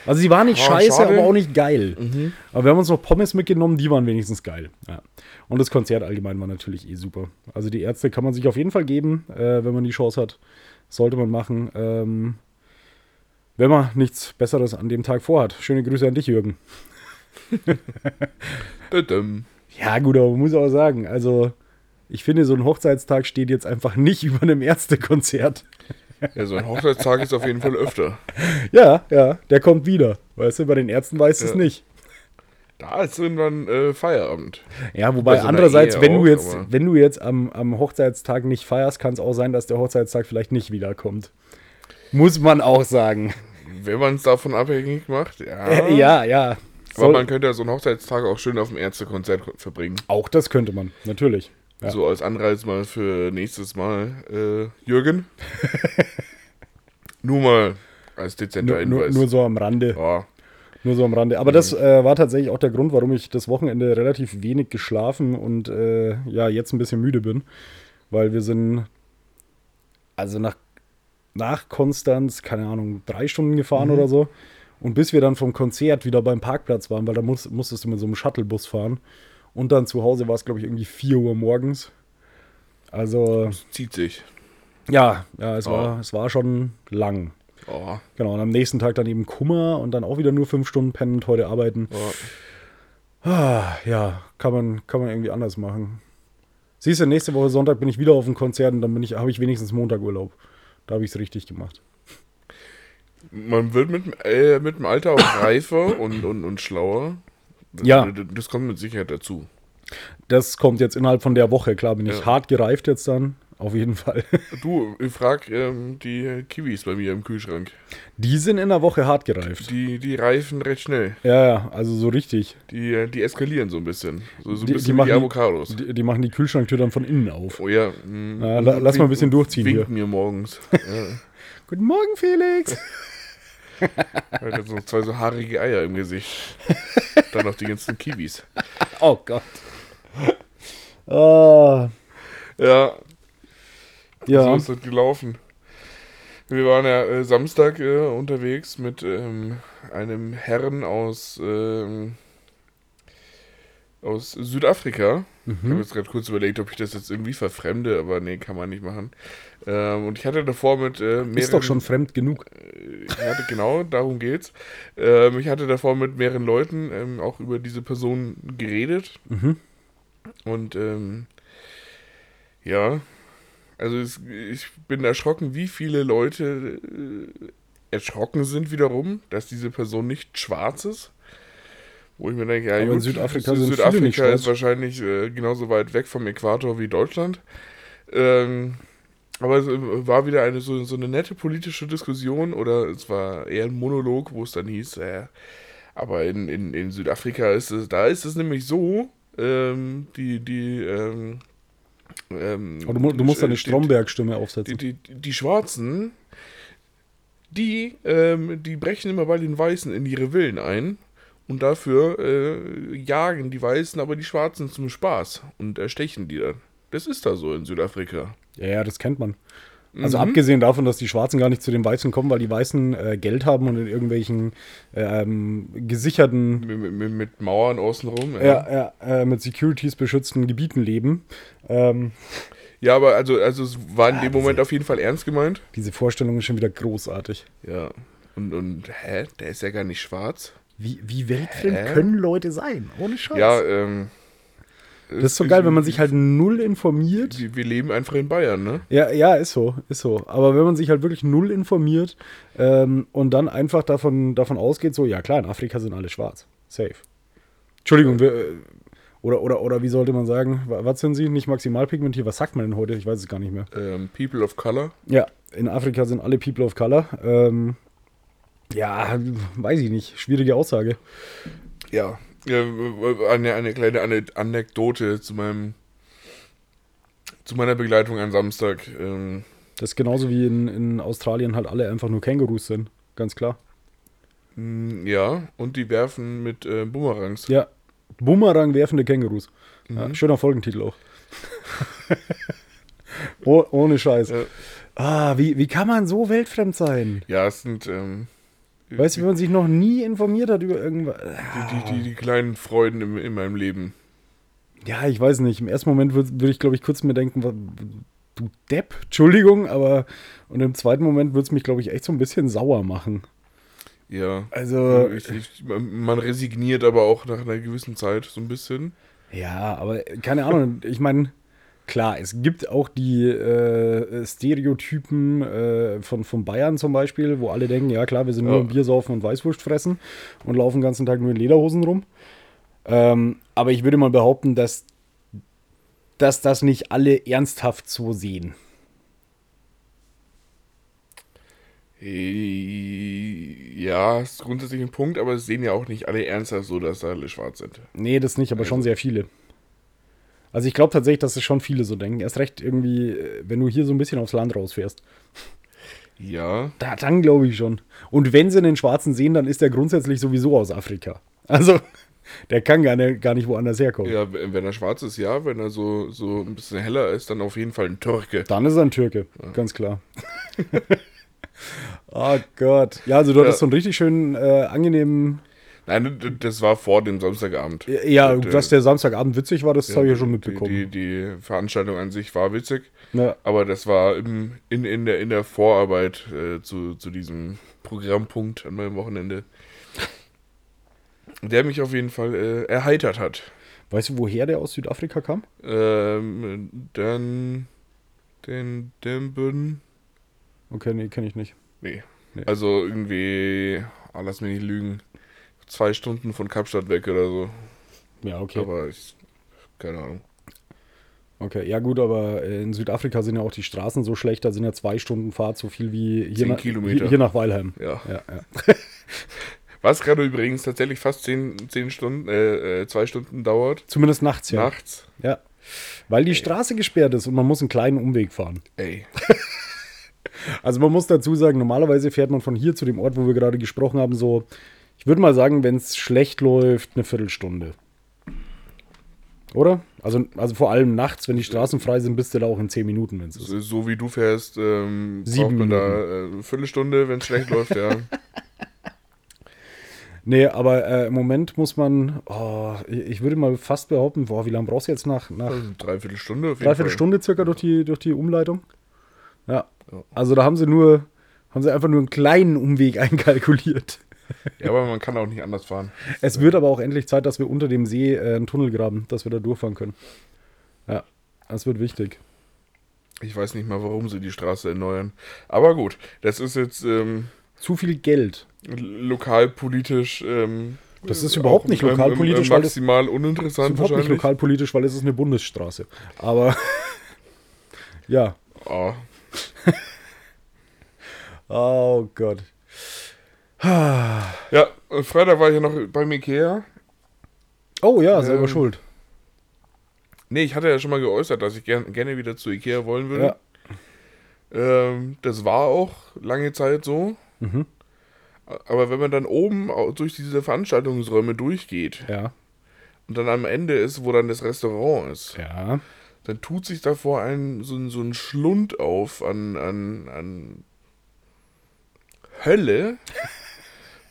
Also sie war nicht Oh, scheiße, schade. Mhm. aber auch nicht geil. Aber wir haben uns noch Pommes mitgenommen, die waren wenigstens geil. Ja. Und das Konzert allgemein war natürlich eh super. Also die Ärzte kann man sich auf jeden Fall geben, äh, wenn man die Chance hat. Sollte man machen. Ähm, wenn man nichts Besseres an dem Tag vorhat. Schöne Grüße an dich, Jürgen. Dadam. Ja, gut, aber man muss auch sagen, also ich finde, so ein Hochzeitstag steht jetzt einfach nicht über einem Ärztekonzert. Ja, so ein Hochzeitstag ist auf jeden Fall öfter. Ja, ja, der kommt wieder. Weißt du, bei den Ärzten weißt du es Ja. nicht. Da ist irgendwann äh, Feierabend. Ja, wobei so einer andererseits, Ehe wenn auch, du jetzt, aber- wenn du jetzt am, am Hochzeitstag nicht feierst, kann es auch sein, dass der Hochzeitstag vielleicht nicht wiederkommt. Muss man auch sagen. Wenn man es davon abhängig macht, ja. Äh, ja, ja. Ah. Aber Soll- man könnte ja so einen Hochzeitstag auch schön auf dem Ärztekonzert verbringen. auch das könnte man, natürlich. Ja. So als Anreiz mal für nächstes Mal. Äh, Jürgen? nur mal als dezenter Nur, nur, Hinweis. nur so am Rande. ja, Nur so am Rande. Aber das äh, war tatsächlich auch der Grund, warum ich das Wochenende relativ wenig geschlafen und äh, ja, jetzt ein bisschen müde bin. Weil wir sind, also nach, nach Konstanz, keine Ahnung, drei Stunden gefahren oder so. Und bis wir dann vom Konzert wieder beim Parkplatz waren, weil da muss, musstest du mit so einem Shuttlebus fahren. Und dann zu Hause war es, glaube ich, irgendwie 4 Uhr morgens. Also, zieht sich. ja, ja es, Ja. War, es war schon lang. Ja, Genau, und am nächsten Tag dann eben Kummer und dann auch wieder nur fünf Stunden pennen und heute arbeiten. ja. Ah, ja, kann man, kann man irgendwie anders machen. Siehst du, nächste Woche Sonntag bin ich wieder auf dem Konzert und dann bin ich, habe ich wenigstens Montag Urlaub. Da habe ich es richtig gemacht. Man wird mit, äh, mit dem Alter auch reifer und, und, und schlauer. Das, Ja. Das, das kommt mit Sicherheit dazu. Das kommt jetzt innerhalb von der Woche. Klar bin ich Ja. hart gereift jetzt dann. Auf jeden Fall. Du, ich frag ähm, die Kiwis bei mir im Kühlschrank. Die sind in der Woche hart gereift. Die, die reifen recht schnell. Ja, ja, also so richtig. Die, äh, die eskalieren so ein bisschen. So, so ein Die- die bisschen wie machen- die Avocados. Die, die machen die Kühlschranktür dann von innen auf. Oh ja. mm. Ja, la- lass mal ein bisschen durchziehen Winken mir morgens. ja, Guten Morgen, Felix. ich hab so zwei so haarige Eier im Gesicht. Dann noch die ganzen Kiwis. oh Gott. Ah, Ja, so ja. ist das gelaufen. Wir waren ja äh, Samstag äh, unterwegs mit ähm, einem Herrn aus, ähm, aus Südafrika. Ich Mhm. habe jetzt gerade kurz überlegt, ob ich das jetzt irgendwie verfremde, aber nee, kann man nicht machen. Ähm, und ich hatte davor mit äh, mehreren... Ist doch schon fremd genug. Ich hatte, genau, darum geht's. Ähm, ich hatte davor mit mehreren Leuten ähm, auch über diese Person geredet. Mhm. Und ähm, ja, also es, ich bin erschrocken, wie viele Leute äh, erschrocken sind wiederum, dass diese Person nicht schwarz ist. Wo ich mir denke, ja, Aber in gut, Südafrika Sü- sind viele Südafrika nicht schwarz. ist wahrscheinlich äh, genauso weit weg vom Äquator wie Deutschland. Ähm, aber es äh, war wieder eine so, so eine nette politische Diskussion oder es war eher ein Monolog, wo es dann hieß, äh, aber in, in, in Südafrika ist es, da ist es nämlich so, ähm, die, die, ähm, ähm, Aber du, mu- du musst äh, deine die, Stromberg-Stimme die, aufsetzen. die, die Schwarzen, Die, ähm, die brechen immer bei den Weißen in ihre Villen ein und dafür äh, jagen die Weißen aber die Schwarzen zum Spaß und erstechen die dann. Das ist da so in Südafrika. Ja, ja, das kennt man. Also Mhm. abgesehen davon, dass die Schwarzen gar nicht zu den Weißen kommen, weil die Weißen äh, Geld haben und in irgendwelchen ähm, gesicherten, Mit, mit, mit Mauern außenrum. Ja. ja. ja, ja, äh, mit Securities beschützten Gebieten leben. Ähm, aber also, also es war in dem Moment auf jeden Fall ernst gemeint. diese Vorstellung ist schon wieder großartig. Ja. Und, und hä? Der ist ja gar nicht schwarz. Wie, wie weltfremd können Leute sein? Ohne Scheiß. Ja, ähm. das ist so geil, wenn man sich halt null informiert. Wir, wir leben einfach in Bayern, ne? Ja, ja, ist so, ist so. Aber wenn man sich halt wirklich null informiert ähm, und dann einfach davon, davon ausgeht, so, ja klar, in Afrika sind alle schwarz. Safe. Entschuldigung, wir, äh, oder, oder, oder wie sollte man sagen, wa- was sind sie? Nicht maximal pigmentiert, was sagt man denn heute? Ich weiß es gar nicht mehr. Ähm, People of Color. Ja, in Afrika sind alle People of Color. Ähm, ja, weiß ich nicht. Schwierige Aussage. Ja. ja w- w- eine, eine kleine Ane Anekdote zu meinem zu meiner Begleitung am Samstag. Ähm, Das ist genauso wie in, in Australien halt alle einfach nur Kängurus sind. Ganz klar. mh, ja, und die werfen mit äh, Bumerangs. Ja, Bumerang werfende Kängurus. Mhm. Ja, schöner Folgentitel auch. oh, ohne Scheiß. Ja. Ah, wie, wie kann man so weltfremd sein? Ja, es sind ähm, Weißt du, wenn man sich noch nie informiert hat über irgendwas. die, die, die, Ah. die kleinen Freuden im, in meinem Leben. Ja, ich weiß nicht. Im ersten Moment würde würd ich, glaube ich, kurz mir denken, wa- du Depp, Entschuldigung, aber. Und im zweiten Moment würde es mich, glaube ich, echt so ein bisschen sauer machen. Ja. Also- Ich, ich, man man resigniert aber auch nach einer gewissen Zeit so ein bisschen. Ja, aber keine Ahnung. Ich meine, klar, es gibt auch die äh, Stereotypen äh, von, von Bayern zum Beispiel, wo alle denken, ja klar, wir sind nur Ja. im Bier saufen und Weißwurst fressen und laufen den ganzen Tag nur in Lederhosen rum. Ähm, aber ich würde mal behaupten, dass, dass das nicht alle ernsthaft so sehen. Äh, Ja, ist grundsätzlich ein Punkt, aber es sehen ja auch nicht alle ernsthaft so, dass da alle schwarz sind. Nee, das nicht, aber schon sehr viele. Also ich glaube tatsächlich, dass es schon viele so denken. Erst recht irgendwie, äh, wenn du hier so ein bisschen aufs Land rausfährst. Ja. Da, dann glaube ich schon. Und wenn sie einen Schwarzen sehen, dann ist der grundsätzlich sowieso aus Afrika. Also, der kann gar nicht, gar nicht woanders herkommen. Ja, w- wenn er schwarz ist, ja. Wenn er so, so ein bisschen heller ist, dann auf jeden Fall ein Türke. Dann ist er ein Türke, ganz klar. oh Gott. Ja, also du hattest Ja. so einen richtig schönen, äh, angenehmen. Nein, d- das war vor dem Samstagabend. Ja, Und, äh, dass der Samstagabend witzig war, das habe ich ja schon mitbekommen. Die, die, die Veranstaltung an sich war witzig, Ja. aber das war im, in, in, der, in der Vorarbeit äh, zu, zu diesem Programmpunkt an meinem Wochenende, der mich auf jeden Fall äh, erheitert hat. weißt du, woher der aus Südafrika kam? Ähm, dann den Demben. Okay, nee, kenne ich nicht. Nee. Nee. Also irgendwie, ah, lass mich nicht lügen, zwei Stunden von Kapstadt weg oder so. Ja, okay. Aber ich, keine Ahnung. okay. Ja, gut, aber äh, in Südafrika sind ja auch die Straßen so schlecht, da sind ja zwei Stunden Fahrt so viel wie hier, Zehn na, Kilometer. hier, hier nach Weilheim. Ja. Ja, ja. Was gerade übrigens tatsächlich fast 10, Stunden, äh, äh, zwei Stunden dauert. Zumindest nachts, ja. Nachts. Ja. Weil die Straße gesperrt ist und man muss einen kleinen Umweg fahren. Ey. Also man muss dazu sagen, normalerweise fährt man von hier zu dem Ort, wo wir gerade gesprochen haben, so, ich würde mal sagen, wenn es schlecht läuft, eine Viertelstunde. Oder? Also, also vor allem nachts, wenn die Straßen frei sind, bist du da auch in zehn Minuten, wenn es ist. So, so wie du fährst, ähm, braucht Sieben man da äh, eine Viertelstunde, wenn es schlecht läuft, ja. Nee, aber äh, im Moment muss man, oh, ich- ich würde mal fast behaupten, boah, wie lange brauchst du jetzt nach, nach Also dreiviertel Stunde auf jeden dreiviertel Fall. Stunde circa durch die, durch die Umleitung. Ja. Also da haben sie nur, haben sie einfach nur einen kleinen Umweg einkalkuliert. Ja, aber man kann auch nicht anders fahren. Es wird aber auch endlich Zeit, dass wir unter dem See äh, einen Tunnel graben, dass wir da durchfahren können. Ja, das wird wichtig. Ich weiß nicht mal, warum sie die Straße erneuern. Aber gut, das ist jetzt ähm, Zu viel Geld. lokalpolitisch. Ähm, Das ist überhaupt auch, nicht ähm, lokalpolitisch, Ähm, weil das- maximal Das uninteressant ist überhaupt nicht wahrscheinlich. lokalpolitisch, weil es ist eine Bundesstraße. Aber ja. Ah, Oh Gott. Ja, äh, Freitag war ich ja noch beim Ikea. Oh ja, selber Ähm, schuld. Nee, ich hatte ja schon mal geäußert, dass ich gern, gerne wieder zu Ikea wollen würde. Ja. Ähm, das war auch lange Zeit so. Aber wenn man dann oben au- durch diese Veranstaltungsräume durchgeht Ja. und dann am Ende ist, wo dann das Restaurant ist, Ja. dann tut sich davor ein, so, ein- so ein Schlund auf an, an, an Hölle,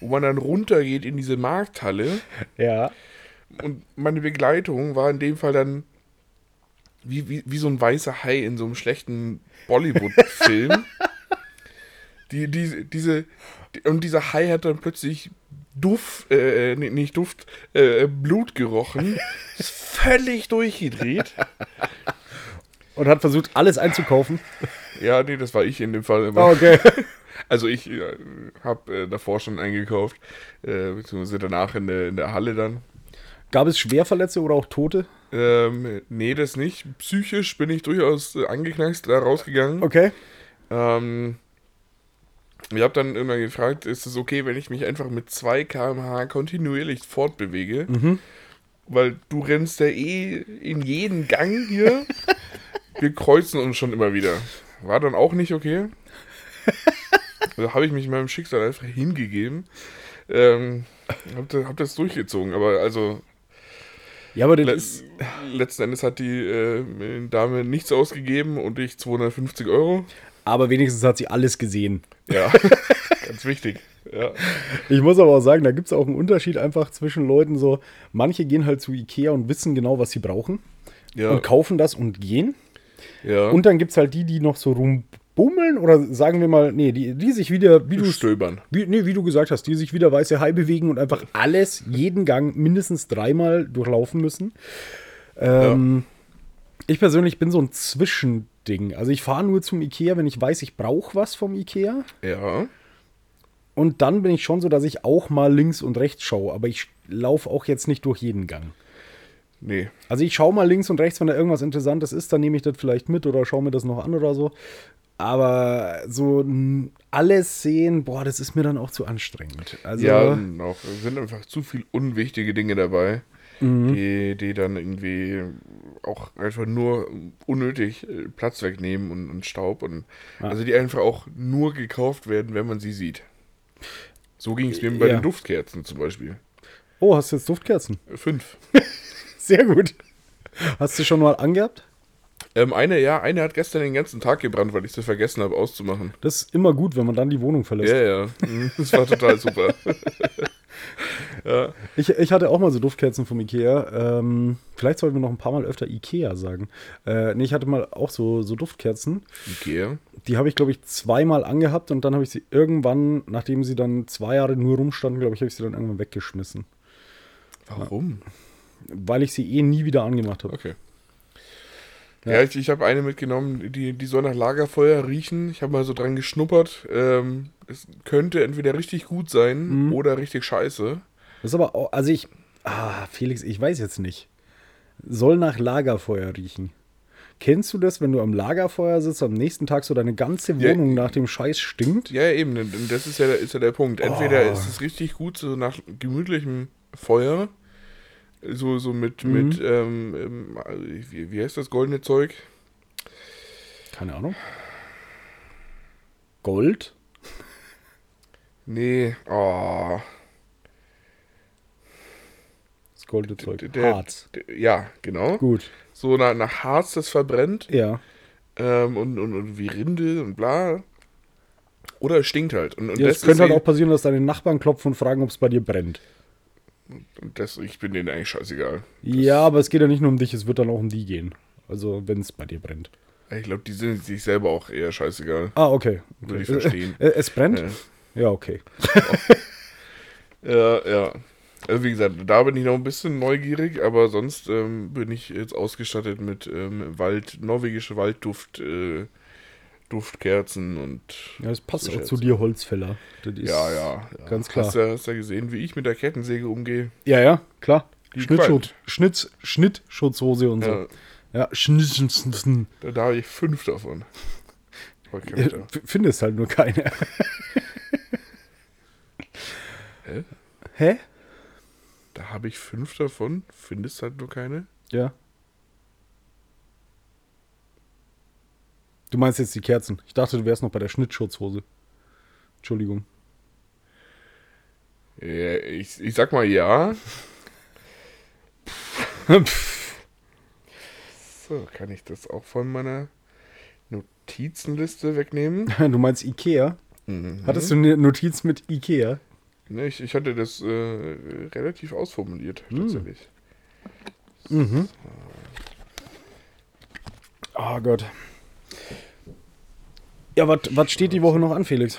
wo man dann runtergeht in diese Markthalle. Ja. Und meine Begleitung war in dem Fall dann wie, wie, wie so ein weißer Hai in so einem schlechten Bollywood-Film. die, die, diese, die, und dieser Hai hat dann plötzlich Duft, äh, nee, nicht Duft, äh, Blut gerochen. Ist völlig durchgedreht. Und hat versucht, alles einzukaufen. Ja, nee, das war ich in dem Fall immer. Ah, Okay. Also ich äh, habe äh, davor schon eingekauft, äh, beziehungsweise danach in der, in der Halle dann. Gab es Schwerverletzte oder auch Tote? Ähm, nee, das nicht. Psychisch bin ich durchaus äh, angeknackst da rausgegangen. Okay. Ähm, ich habe dann irgendwann gefragt, ist es okay, wenn ich mich einfach mit 2 km/h kontinuierlich fortbewege? Weil du rennst ja eh in jeden Gang hier. Wir kreuzen uns schon immer wieder. War dann auch nicht okay. Also habe ich mich meinem Schicksal einfach hingegeben. Ähm, hab, da- hab das durchgezogen, aber also Ja, aber das le ist. letzten Endes hat die äh, Dame nichts ausgegeben und ich 250 Euro. Aber wenigstens hat sie alles gesehen. Ja, ganz wichtig. Ja. Ich muss aber auch sagen, da gibt es auch einen Unterschied einfach zwischen Leuten so. Manche gehen halt zu Ikea und wissen genau, was sie brauchen Ja. und kaufen das und gehen. ja. Und dann gibt es halt die, die noch so rumbummeln oder sagen wir mal, nee, die, die sich wieder, wie du stöbern. Wie, nee, wie du gesagt hast, die sich wieder weiße Hai bewegen und einfach alles, jeden Gang mindestens dreimal durchlaufen müssen. Ähm, Ich persönlich bin so ein Zwischending. Also ich fahre nur zum Ikea, wenn ich weiß, ich brauche was vom Ikea. Ja. Und dann bin ich schon so, dass ich auch mal links und rechts schaue. Aber ich laufe auch jetzt nicht durch jeden Gang. Nee. Also ich schaue mal links und rechts, wenn da irgendwas Interessantes ist, dann nehme ich das vielleicht mit oder schaue mir das noch an oder so. Aber so n- alles sehen, boah, das ist mir dann auch zu anstrengend. Also Ja, auch, es sind einfach zu viel unwichtige Dinge dabei, Mhm. die, die dann irgendwie auch einfach nur unnötig äh, Platz wegnehmen und, und Staub und also die einfach auch nur gekauft werden, wenn man sie sieht. So ging es mir bei Äh, Ja. den Duftkerzen zum Beispiel. Oh, hast du jetzt Duftkerzen? Äh, Fünf. Sehr gut. Hast du schon mal angehabt? ähm, eine, ja, eine hat gestern den ganzen Tag gebrannt, weil ich sie vergessen habe auszumachen. Das ist immer gut, wenn man dann die Wohnung verlässt. Ja, ja. Mhm, Das war total super. Ich, ich hatte auch mal so Duftkerzen vom Ikea. Ähm, vielleicht sollten wir noch ein paar Mal öfter Ikea sagen. Äh, nee, ich hatte mal auch so, so Duftkerzen. Okay. Die habe ich, glaube ich, zweimal angehabt und dann habe ich sie irgendwann, nachdem sie dann zwei Jahre nur rumstanden, glaube ich, habe ich sie dann irgendwann weggeschmissen. Warum? Weil ich sie eh nie wieder angemacht habe. Okay. Ja, ich, ich habe eine mitgenommen, die, die soll nach Lagerfeuer riechen. Ich habe mal so dran geschnuppert. Ähm, es könnte entweder richtig gut sein oder richtig scheiße. Das ist aber auch, also ich, ah, Felix, ich weiß jetzt nicht. Soll nach Lagerfeuer riechen. Kennst du das, wenn du am Lagerfeuer sitzt, am nächsten Tag so deine ganze Ja. Wohnung nach dem Scheiß stinkt? Ja, eben, und das ist ja, ist ja der Punkt. Entweder ist es richtig gut, so nach gemütlichem Feuer, so, so mit, mit ähm, ähm, wie, wie heißt das goldene Zeug? Keine Ahnung. Gold? Nee, oh, Das goldene Zeug. d- der- Harz. d- ja, genau. Gut. So nach, nach Harz, das verbrennt. Ja. ähm, und, und, und wie Rinde und bla. Oder es stinkt halt. Und, und ja es das, könnte ist halt eh- auch passieren, dass deine Nachbarn klopfen und fragen, ob es bei dir brennt. und das, ich bin denen eigentlich scheißegal. Ja, aber es geht ja nicht nur um dich, es wird dann auch um die gehen. Also, wenn es bei dir brennt. Ich glaube, die sind sich selber auch eher scheißegal. Ah, okay. okay. Würde ich verstehen. Äh, äh, es brennt? Ja. Ja, okay. Ja, ja. Also wie gesagt, da bin ich noch ein bisschen neugierig, aber sonst ähm, bin ich jetzt ausgestattet mit ähm, Wald, norwegische Waldduft, äh, Duftkerzen und Ja, es passt So auch schätze zu dir, Holzfäller. Das ist ja, ja. ja. Ganz klar. Hast du ja, hast ja gesehen, wie ich mit der Kettensäge umgehe? Ja, ja, klar. Die Schnittschutz, Schnitz, Schnittschutzhose und so. Ja. Ja, Schnitt, Schnitt, Schnitt, Schnitt. Da, da habe ich fünf davon. Aber kein Äh, Wetter. f- Findest halt nur keine. Hä? Hä? Da habe ich fünf davon, findest halt nur keine. Ja. Du meinst jetzt die Kerzen. Ich dachte, du wärst noch bei der Schnittschutzhose. Entschuldigung. Äh, Ich, ich sag mal ja. So, kann ich das auch von meiner Notizenliste wegnehmen? Du meinst Ikea? Hattest du eine Notiz mit Ikea? Ne, ich, ich hatte das äh, relativ ausformuliert, Hm. tatsächlich. Mhm. Oh Gott. Ja, was steht die Woche noch an, Felix?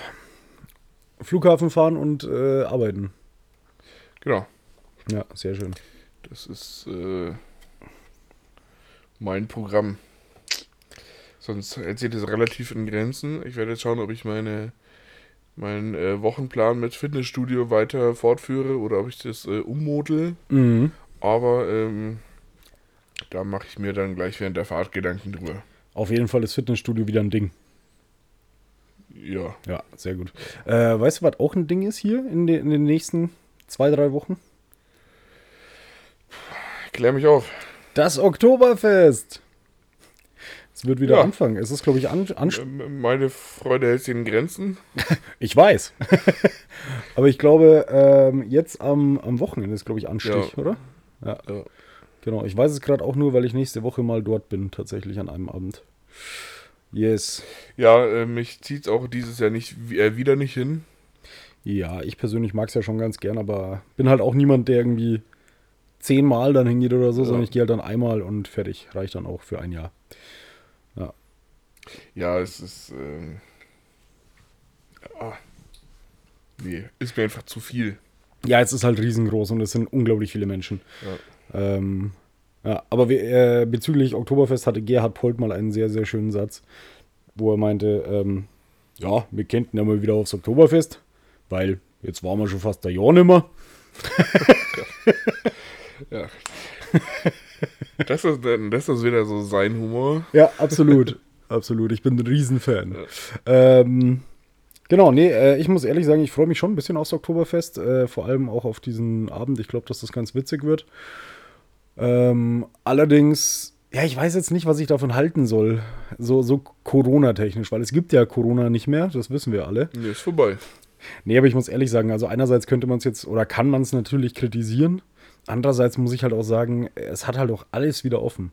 Flughafen fahren und äh, arbeiten. Genau. Ja, sehr schön. Das ist äh, mein Programm. Sonst hält sich das relativ in Grenzen. Ich werde jetzt schauen, ob ich meine, meinen äh, Wochenplan mit Fitnessstudio weiter fortführe oder ob ich das äh, ummodel. Mhm. Aber ähm, da mache ich mir dann gleich während der Fahrt Gedanken drüber. Auf jeden Fall ist Fitnessstudio wieder ein Ding. Ja. Ja, sehr gut. Äh, weißt du, was auch ein Ding ist hier in, de in den nächsten zwei, drei Wochen? Klär mich auf. Das Oktoberfest! Es wird wieder Ja. anfangen. Es ist, glaube ich, an, an Ähm, Meine Freude hält sich in Grenzen. Ich weiß. Aber ich glaube, ähm, jetzt am, am Wochenende ist, glaube ich, Anstich, Ja. oder? Ja. Ja. Genau. Ich weiß es gerade auch nur, weil ich nächste Woche mal dort bin, tatsächlich an einem Abend. Yes. Ja, äh, mich zieht es auch dieses Jahr nicht, wie- äh, wieder nicht hin. Ja, ich persönlich mag es ja schon ganz gern, aber bin halt auch niemand, der irgendwie zehnmal dann hingeht oder so, sondern ich gehe halt dann einmal und fertig. Reicht dann auch für ein Jahr. Ja, es ist. Ähm, ah, nee, ist mir einfach zu viel. Ja, es ist halt riesengroß und es sind unglaublich viele Menschen. Ja. Ähm, ja, aber wir, äh, bezüglich Oktoberfest hatte Gerhard Polt mal einen sehr, sehr schönen Satz, wo er meinte, ähm, ja, wir könnten ja mal wieder aufs Oktoberfest, weil jetzt waren wir schon fast ein Jahr nimmer. Ja. Das ist, dann- das ist wieder so sein Humor. Ja, absolut. absolut. Ich bin ein Riesenfan. Ähm, genau, nee, äh, ich muss ehrlich sagen, ich freue mich schon ein bisschen aufs Oktoberfest. Äh, vor allem auch auf diesen Abend. Ich glaube, dass das ganz witzig wird. Ähm, allerdings, ja, ich weiß jetzt nicht, was ich davon halten soll. So, so Corona-technisch, weil es gibt ja Corona nicht mehr, das wissen wir alle. Nee, ist vorbei. Nee, aber ich muss ehrlich sagen, also einerseits könnte man es jetzt oder kann man es natürlich kritisieren. Andererseits muss ich halt auch sagen, es hat halt auch alles wieder offen.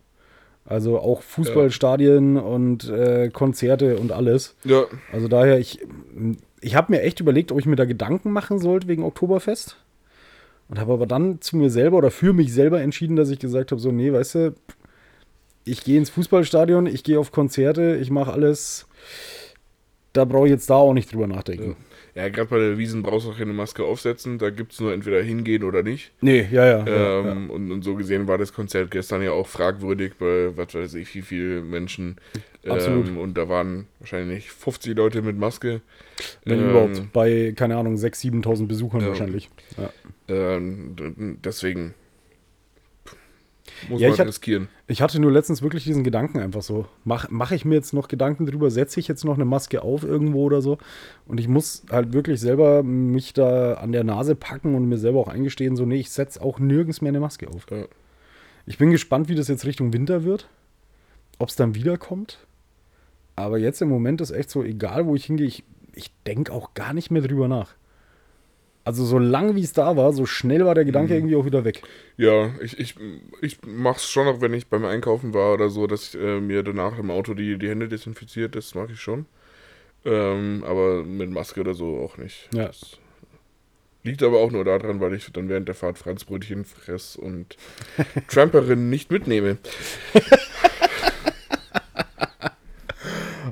Also auch Fußballstadien und äh, Konzerte und alles. Ja, Also daher, ich, ich habe mir echt überlegt, ob ich mir da Gedanken machen sollte wegen Oktoberfest. Und habe aber dann zu mir selber oder für mich selber entschieden, dass ich gesagt habe, so, nee, weißt du, ich gehe ins Fußballstadion, ich gehe auf Konzerte, ich mache alles. Da brauche ich jetzt da auch nicht drüber nachdenken. ja gerade bei der Wiesen brauchst du auch keine Maske aufsetzen. Da gibt es nur entweder hingehen oder nicht. Nee, ja, ja. ja, ja. Ähm, Und, und so gesehen war das Konzert gestern ja auch fragwürdig bei, was weiß ich, wie viele Menschen. Absolut. Ähm, und da waren wahrscheinlich 50 Leute mit Maske. Wenn ähm, überhaupt, bei, keine Ahnung, 6.000, 7.000 Besuchern Ja. wahrscheinlich. Ja. Ähm, d- d- deswegen muss Ja, ich man hab- riskieren. Ich hatte nur letztens wirklich diesen Gedanken einfach so, mache mach ich mir jetzt noch Gedanken drüber, setze ich jetzt noch eine Maske auf irgendwo oder so. Und ich muss halt wirklich selber mich da an der Nase packen und mir selber auch eingestehen, so, nee, ich setze auch nirgends mehr eine Maske auf. Ja. Ich bin gespannt, wie das jetzt Richtung Winter wird, ob es dann wiederkommt. Aber jetzt im Moment ist echt so, egal wo ich hingehe, ich, ich denke auch gar nicht mehr drüber nach. Also so lang wie es da war, so schnell war der Gedanke Mhm. irgendwie auch wieder weg. Ja, ich, ich, ich mach's schon auch, wenn ich beim Einkaufen war oder so, dass ich äh, mir danach im Auto die, die Hände desinfiziert, das mache ich schon. Ähm, aber mit Maske oder so auch nicht. Ja. Das liegt aber auch nur daran, weil ich dann während der Fahrt Franzbrötchen fress und Tramperinnen nicht mitnehme.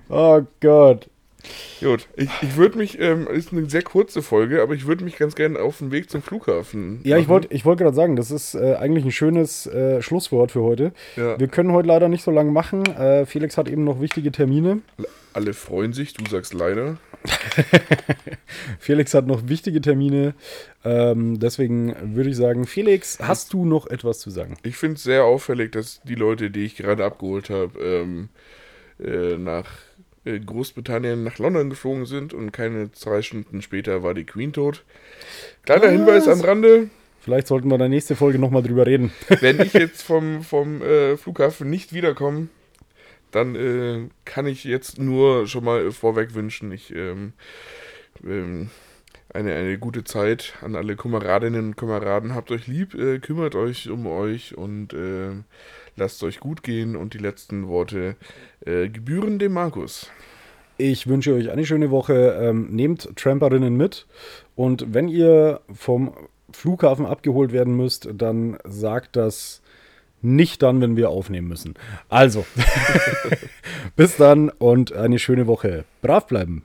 Oh Gott. Gut, ich, ich würde mich, ähm, ist eine sehr kurze Folge, aber ich würde mich ganz gerne auf den Weg zum Flughafen. Ja, ich machen. wollte ich wollt gerade sagen, das ist äh, eigentlich ein schönes äh, Schlusswort für heute. Ja. Wir können heute leider nicht so lange machen. Äh, Felix hat eben noch wichtige Termine. Alle freuen sich, du sagst leider. Felix hat noch wichtige Termine. Ähm, deswegen würde ich sagen, Felix, hast du noch etwas zu sagen? Ich finde es sehr auffällig, dass die Leute, die ich gerade abgeholt habe, ähm, äh, nach äh, Großbritannien nach London geflogen sind und keine zwei Stunden später war die Queen tot. Kleiner Hinweis am Rande, Vielleicht sollten wir in der nächsten Folge nochmal drüber reden. wenn ich jetzt vom, vom äh, Flughafen nicht wiederkomme, dann äh, kann ich jetzt nur schon mal vorweg wünschen, ich ähm, ähm, eine, eine gute Zeit an alle Kameradinnen und Kameraden. Habt euch lieb, äh, kümmert euch um euch und äh, lasst euch gut gehen. Und die letzten Worte äh, gebühren dem Markus. Ich wünsche euch eine schöne Woche. Ähm, nehmt Tramperinnen mit. Und wenn ihr vom Flughafen abgeholt werden müsst, dann sagt das nicht dann, wenn wir aufnehmen müssen. Also, bis dann und eine schöne Woche. Brav bleiben.